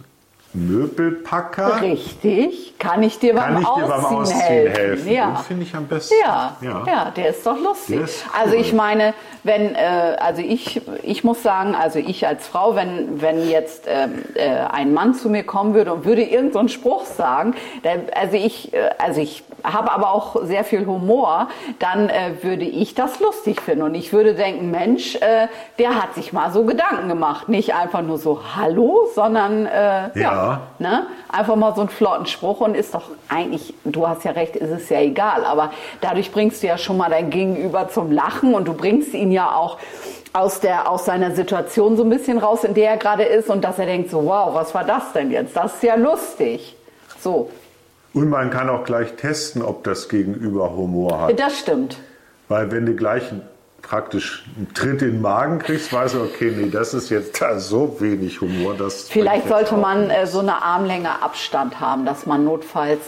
Speaker 2: Möbelpacker.
Speaker 1: Richtig. Kann ich dir beim
Speaker 2: Kann ich dir
Speaker 1: Ausziehen,
Speaker 2: beim Ausziehen helfen?
Speaker 1: helfen? Ja.
Speaker 2: Den finde ich am besten.
Speaker 1: Ja, ja, der ist doch lustig.
Speaker 2: Der ist
Speaker 1: Also
Speaker 2: cool.
Speaker 1: ich meine, wenn, äh, also ich, ich muss sagen, also ich als Frau, wenn, wenn jetzt ähm, äh, ein Mann zu mir kommen würde und würde irgendeinen so einen Spruch sagen, dann, also ich, äh, also ich habe aber auch sehr viel Humor, dann äh, würde ich das lustig finden und ich würde denken, Mensch, äh, der hat sich mal so Gedanken gemacht, nicht einfach nur so Hallo, sondern äh,
Speaker 2: Ja.
Speaker 1: Ne? Einfach mal so einen flotten Spruch und ist doch eigentlich, du hast ja recht, ist es ja egal, aber dadurch bringst du ja schon mal dein Gegenüber zum Lachen und du bringst ihn ja auch aus, der, aus seiner Situation so ein bisschen raus, in der er gerade ist und dass er denkt so, wow, was war das denn jetzt? Das ist ja lustig. So,
Speaker 2: Und man kann auch gleich testen, ob das Gegenüber Humor hat.
Speaker 1: das stimmt.
Speaker 2: Weil wenn du gleich einen- praktisch einen Tritt in den Magen kriegst, weißt du, okay, nee, das ist jetzt da so wenig Humor, dass
Speaker 1: Vielleicht sollte man äh, so eine Armlänge Abstand haben, dass man notfalls,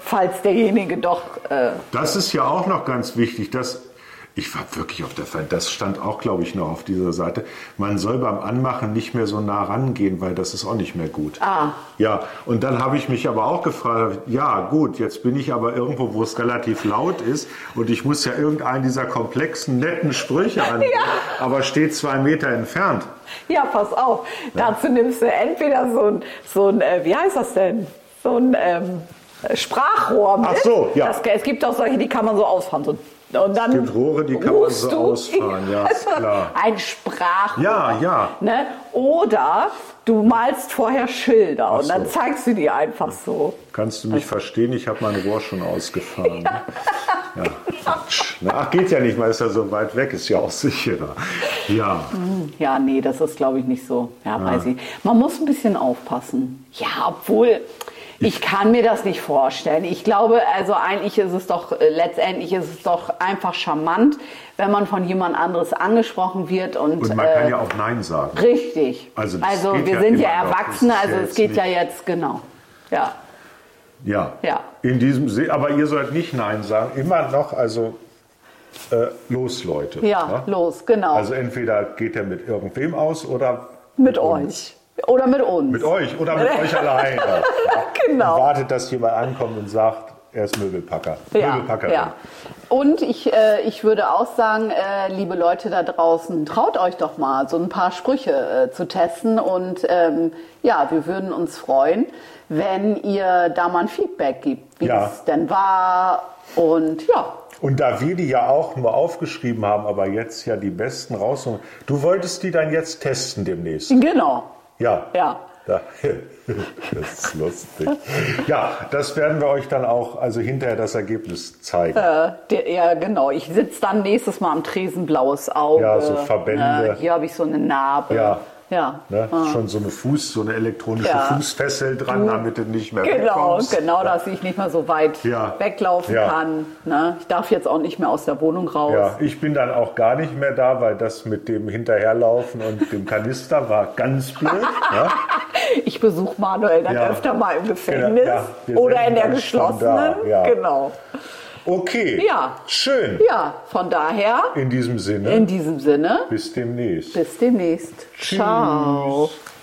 Speaker 1: falls derjenige doch... Äh,
Speaker 2: Das ist ja auch noch ganz wichtig, dass ich war wirklich auf der Feind. Das stand auch, glaube ich, noch auf dieser Seite. Man soll beim Anmachen nicht mehr so nah rangehen, weil das ist auch nicht mehr gut.
Speaker 1: Ah.
Speaker 2: Ja, und dann habe ich mich aber auch gefragt, ja gut, jetzt bin ich aber irgendwo, wo es relativ laut ist und ich muss ja irgendeinen dieser komplexen, netten Sprüche an, aber steht zwei Meter entfernt.
Speaker 1: Ja, pass auf. Dazu nimmst du entweder so ein, so ein äh, wie heißt das denn? So ein ähm, Sprachrohr mit.
Speaker 2: Ach so, ja.
Speaker 1: Das, es gibt auch solche, die kann man so ausfahren. So. Und dann
Speaker 2: Es gibt Rohre, die kann man
Speaker 1: rufst
Speaker 2: so
Speaker 1: du-
Speaker 2: ausfahren, ja, ist klar.
Speaker 1: Ein Sprachrohr.
Speaker 2: Ja, ja.
Speaker 1: Ne? Oder du malst vorher Schilder
Speaker 2: Ach
Speaker 1: und dann
Speaker 2: so.
Speaker 1: zeigst du die einfach so.
Speaker 2: Kannst
Speaker 1: Also-
Speaker 2: du mich verstehen? Ich habe mein Rohr schon ausgefahren. Ja. Quatsch. Na, Ach, geht ja nicht, weil es ja so weit weg ist, ja auch sicherer. Ja,
Speaker 1: Ja, nee, das ist, glaube ich, nicht so.
Speaker 2: Ah.
Speaker 1: Ja, weiß ich. Man muss ein bisschen aufpassen. Ja, obwohl, ich kann mir das nicht vorstellen. Ich glaube, also eigentlich ist es doch, äh, letztendlich ist es doch einfach charmant, wenn man von jemand anderes angesprochen wird und,
Speaker 2: und man
Speaker 1: äh,
Speaker 2: kann ja auch Nein sagen.
Speaker 1: richtig.
Speaker 2: Also das geht
Speaker 1: wir
Speaker 2: ja
Speaker 1: sind ja
Speaker 2: immer noch. Das
Speaker 1: Erwachsene,
Speaker 2: ist ja
Speaker 1: also es
Speaker 2: jetzt
Speaker 1: geht
Speaker 2: nicht-
Speaker 1: ja jetzt, genau. Ja,
Speaker 2: Ja.
Speaker 1: Ja.
Speaker 2: In diesem See, aber ihr sollt nicht Nein sagen. Immer noch, also äh, los, Leute.
Speaker 1: ja,
Speaker 2: ne?
Speaker 1: los, genau.
Speaker 2: Also entweder geht er mit irgendwem aus oder
Speaker 1: mit euch. Oder mit uns.
Speaker 2: mit euch oder mit euch allein. Ja.
Speaker 1: Genau.
Speaker 2: Und wartet, dass jemand ankommt und sagt, er ist Möbelpacker. Möbelpackerin.
Speaker 1: ja. Und ich, äh, ich würde auch sagen, äh, liebe Leute da draußen, traut euch doch mal, so ein paar Sprüche äh, zu testen. Und ähm, ja, wir würden uns freuen, wenn ihr da mal ein Feedback gibt, wie
Speaker 2: Ja.
Speaker 1: es denn war. Und ja,
Speaker 2: Und da wir die ja auch nur aufgeschrieben haben, aber jetzt ja die besten raus. Du wolltest die dann jetzt testen demnächst.
Speaker 1: genau.
Speaker 2: Ja.
Speaker 1: Ja.
Speaker 2: Da- Das ist lustig. Ja, das werden wir euch dann auch, also hinterher das Ergebnis zeigen.
Speaker 1: Äh, der, ja, genau. Ich sitze dann nächstes Mal am Tresen, blaues Auge.
Speaker 2: Ja, so Verbände.
Speaker 1: Äh, hier habe ich so eine Narbe.
Speaker 2: Ja.
Speaker 1: Ja.
Speaker 2: Ne? Schon so eine Fuß, so eine elektronische
Speaker 1: Ah. Ja.
Speaker 2: Fußfessel dran, damit du nicht mehr
Speaker 1: Genau,
Speaker 2: wegkommst.
Speaker 1: genau, dass ich nicht mehr so weit
Speaker 2: Ja.
Speaker 1: weglaufen
Speaker 2: Ja.
Speaker 1: kann. Ne? Ich darf jetzt auch nicht mehr aus der Wohnung raus.
Speaker 2: Ja, ich bin dann auch gar nicht mehr da, weil das mit dem Hinterherlaufen und dem Kanister war ganz blöd. ja.
Speaker 1: Ich besuche Manuel dann
Speaker 2: Ja. Genau.
Speaker 1: öfter mal im Gefängnis
Speaker 2: Ja, wir
Speaker 1: oder
Speaker 2: senden
Speaker 1: in der
Speaker 2: dann schon da,
Speaker 1: geschlossenen.
Speaker 2: ja.
Speaker 1: Genau.
Speaker 2: Okay,
Speaker 1: Ja.
Speaker 2: schön.
Speaker 1: Ja, von daher,
Speaker 2: In diesem Sinne,
Speaker 1: in diesem Sinne,
Speaker 2: bis demnächst.
Speaker 1: bis demnächst. Ciao.
Speaker 2: Tschüss.